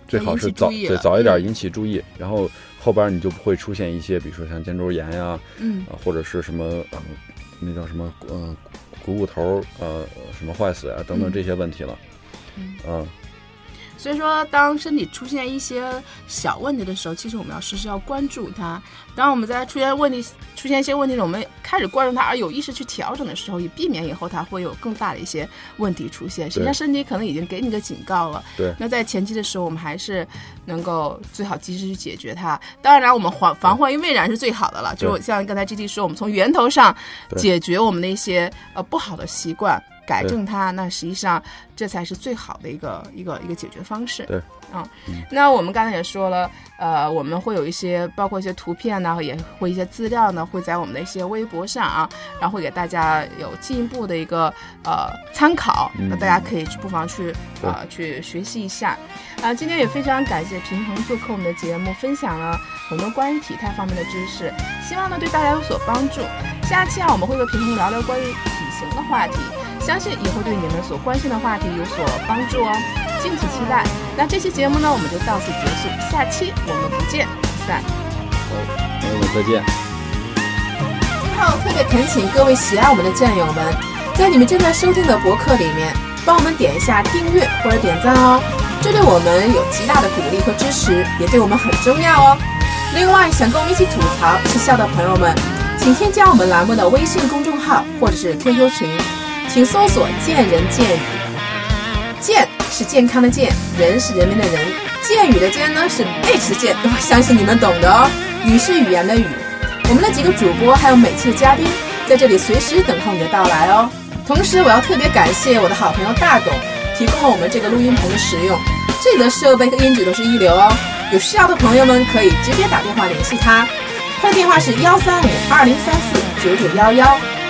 [SPEAKER 3] 最好是早
[SPEAKER 2] 引起注意
[SPEAKER 3] 对
[SPEAKER 2] 了
[SPEAKER 3] 早一点
[SPEAKER 2] 嗯
[SPEAKER 3] 引起注意，然后后边你就不会出现一些，比如说像肩周炎呀、
[SPEAKER 2] 嗯
[SPEAKER 3] 啊，或者是什么啊、那叫什么呃股骨头呃什么坏死呀、等等
[SPEAKER 2] 嗯
[SPEAKER 3] 这些问题了。
[SPEAKER 2] 嗯
[SPEAKER 3] 啊，
[SPEAKER 2] 所以说，当身体出现一些小问题的时候，其实我们要时时要关注它。当我们在出现问题、出现一些问题的时候，我们开始关注它，而有意识去调整的时候，也避免以后它会有更大的一些问题出现。实际上，身体可能已经给你个警告了。
[SPEAKER 3] 对
[SPEAKER 2] 那在前期的时候，我们还是能够最好及时去解决它。当然，我们防防患于未然是最好的了。就
[SPEAKER 3] 对
[SPEAKER 2] 像刚才 G T 说，我们从源头上
[SPEAKER 3] 对
[SPEAKER 2] 解决我们的一些呃不好的习惯，改正它，那实际上这才是最好的一个一个一个解决方式。
[SPEAKER 3] 对，
[SPEAKER 2] 啊、
[SPEAKER 3] 嗯
[SPEAKER 2] 那我们刚才也说了，呃，我们会有一些包括一些图片呢，也会一些资料呢，会在我们的一些微博上啊，然后会给大家有进一步的一个呃参考，
[SPEAKER 3] 嗯
[SPEAKER 2] 那大家可以去不妨去呃去学习一下。啊、今天也非常感谢平衡做客我们的节目，分享了很多关于体态方面的知识，希望呢对大家有所帮助。下期啊，我们会和平衡聊聊关于体型的话题，相信也会对你们所关心的话题有所帮助哦，敬请期待。那这期节目呢，我们就到此结束，下期我们不见不散。
[SPEAKER 3] 朋友们再见。
[SPEAKER 1] 最后，特别恳请各位喜爱我们的战友们，在你们正在收听的博客里面，帮我们点一下订阅或者点赞哦，这对我们有极大的鼓励和支持，也对我们很重要哦。另外，想跟我们一起吐槽、嬉笑的朋友们，请添加我们栏目的微信公众号或者是 QQ 群，请搜索“见人见语”，健是健康的健，人是人民的人，健语的健呢是 H 的健，我相信你们懂的哦。语是语言的语，我们的几个主播还有每期的嘉宾，在这里随时等候你的到来哦。同时，我要特别感谢我的好朋友大董，提供了我们这个录音棚的使用，这里的设备和音质都是一流哦。有需要的朋友们可以直接打电话联系他，他的电话是幺三五二零三四九九幺幺，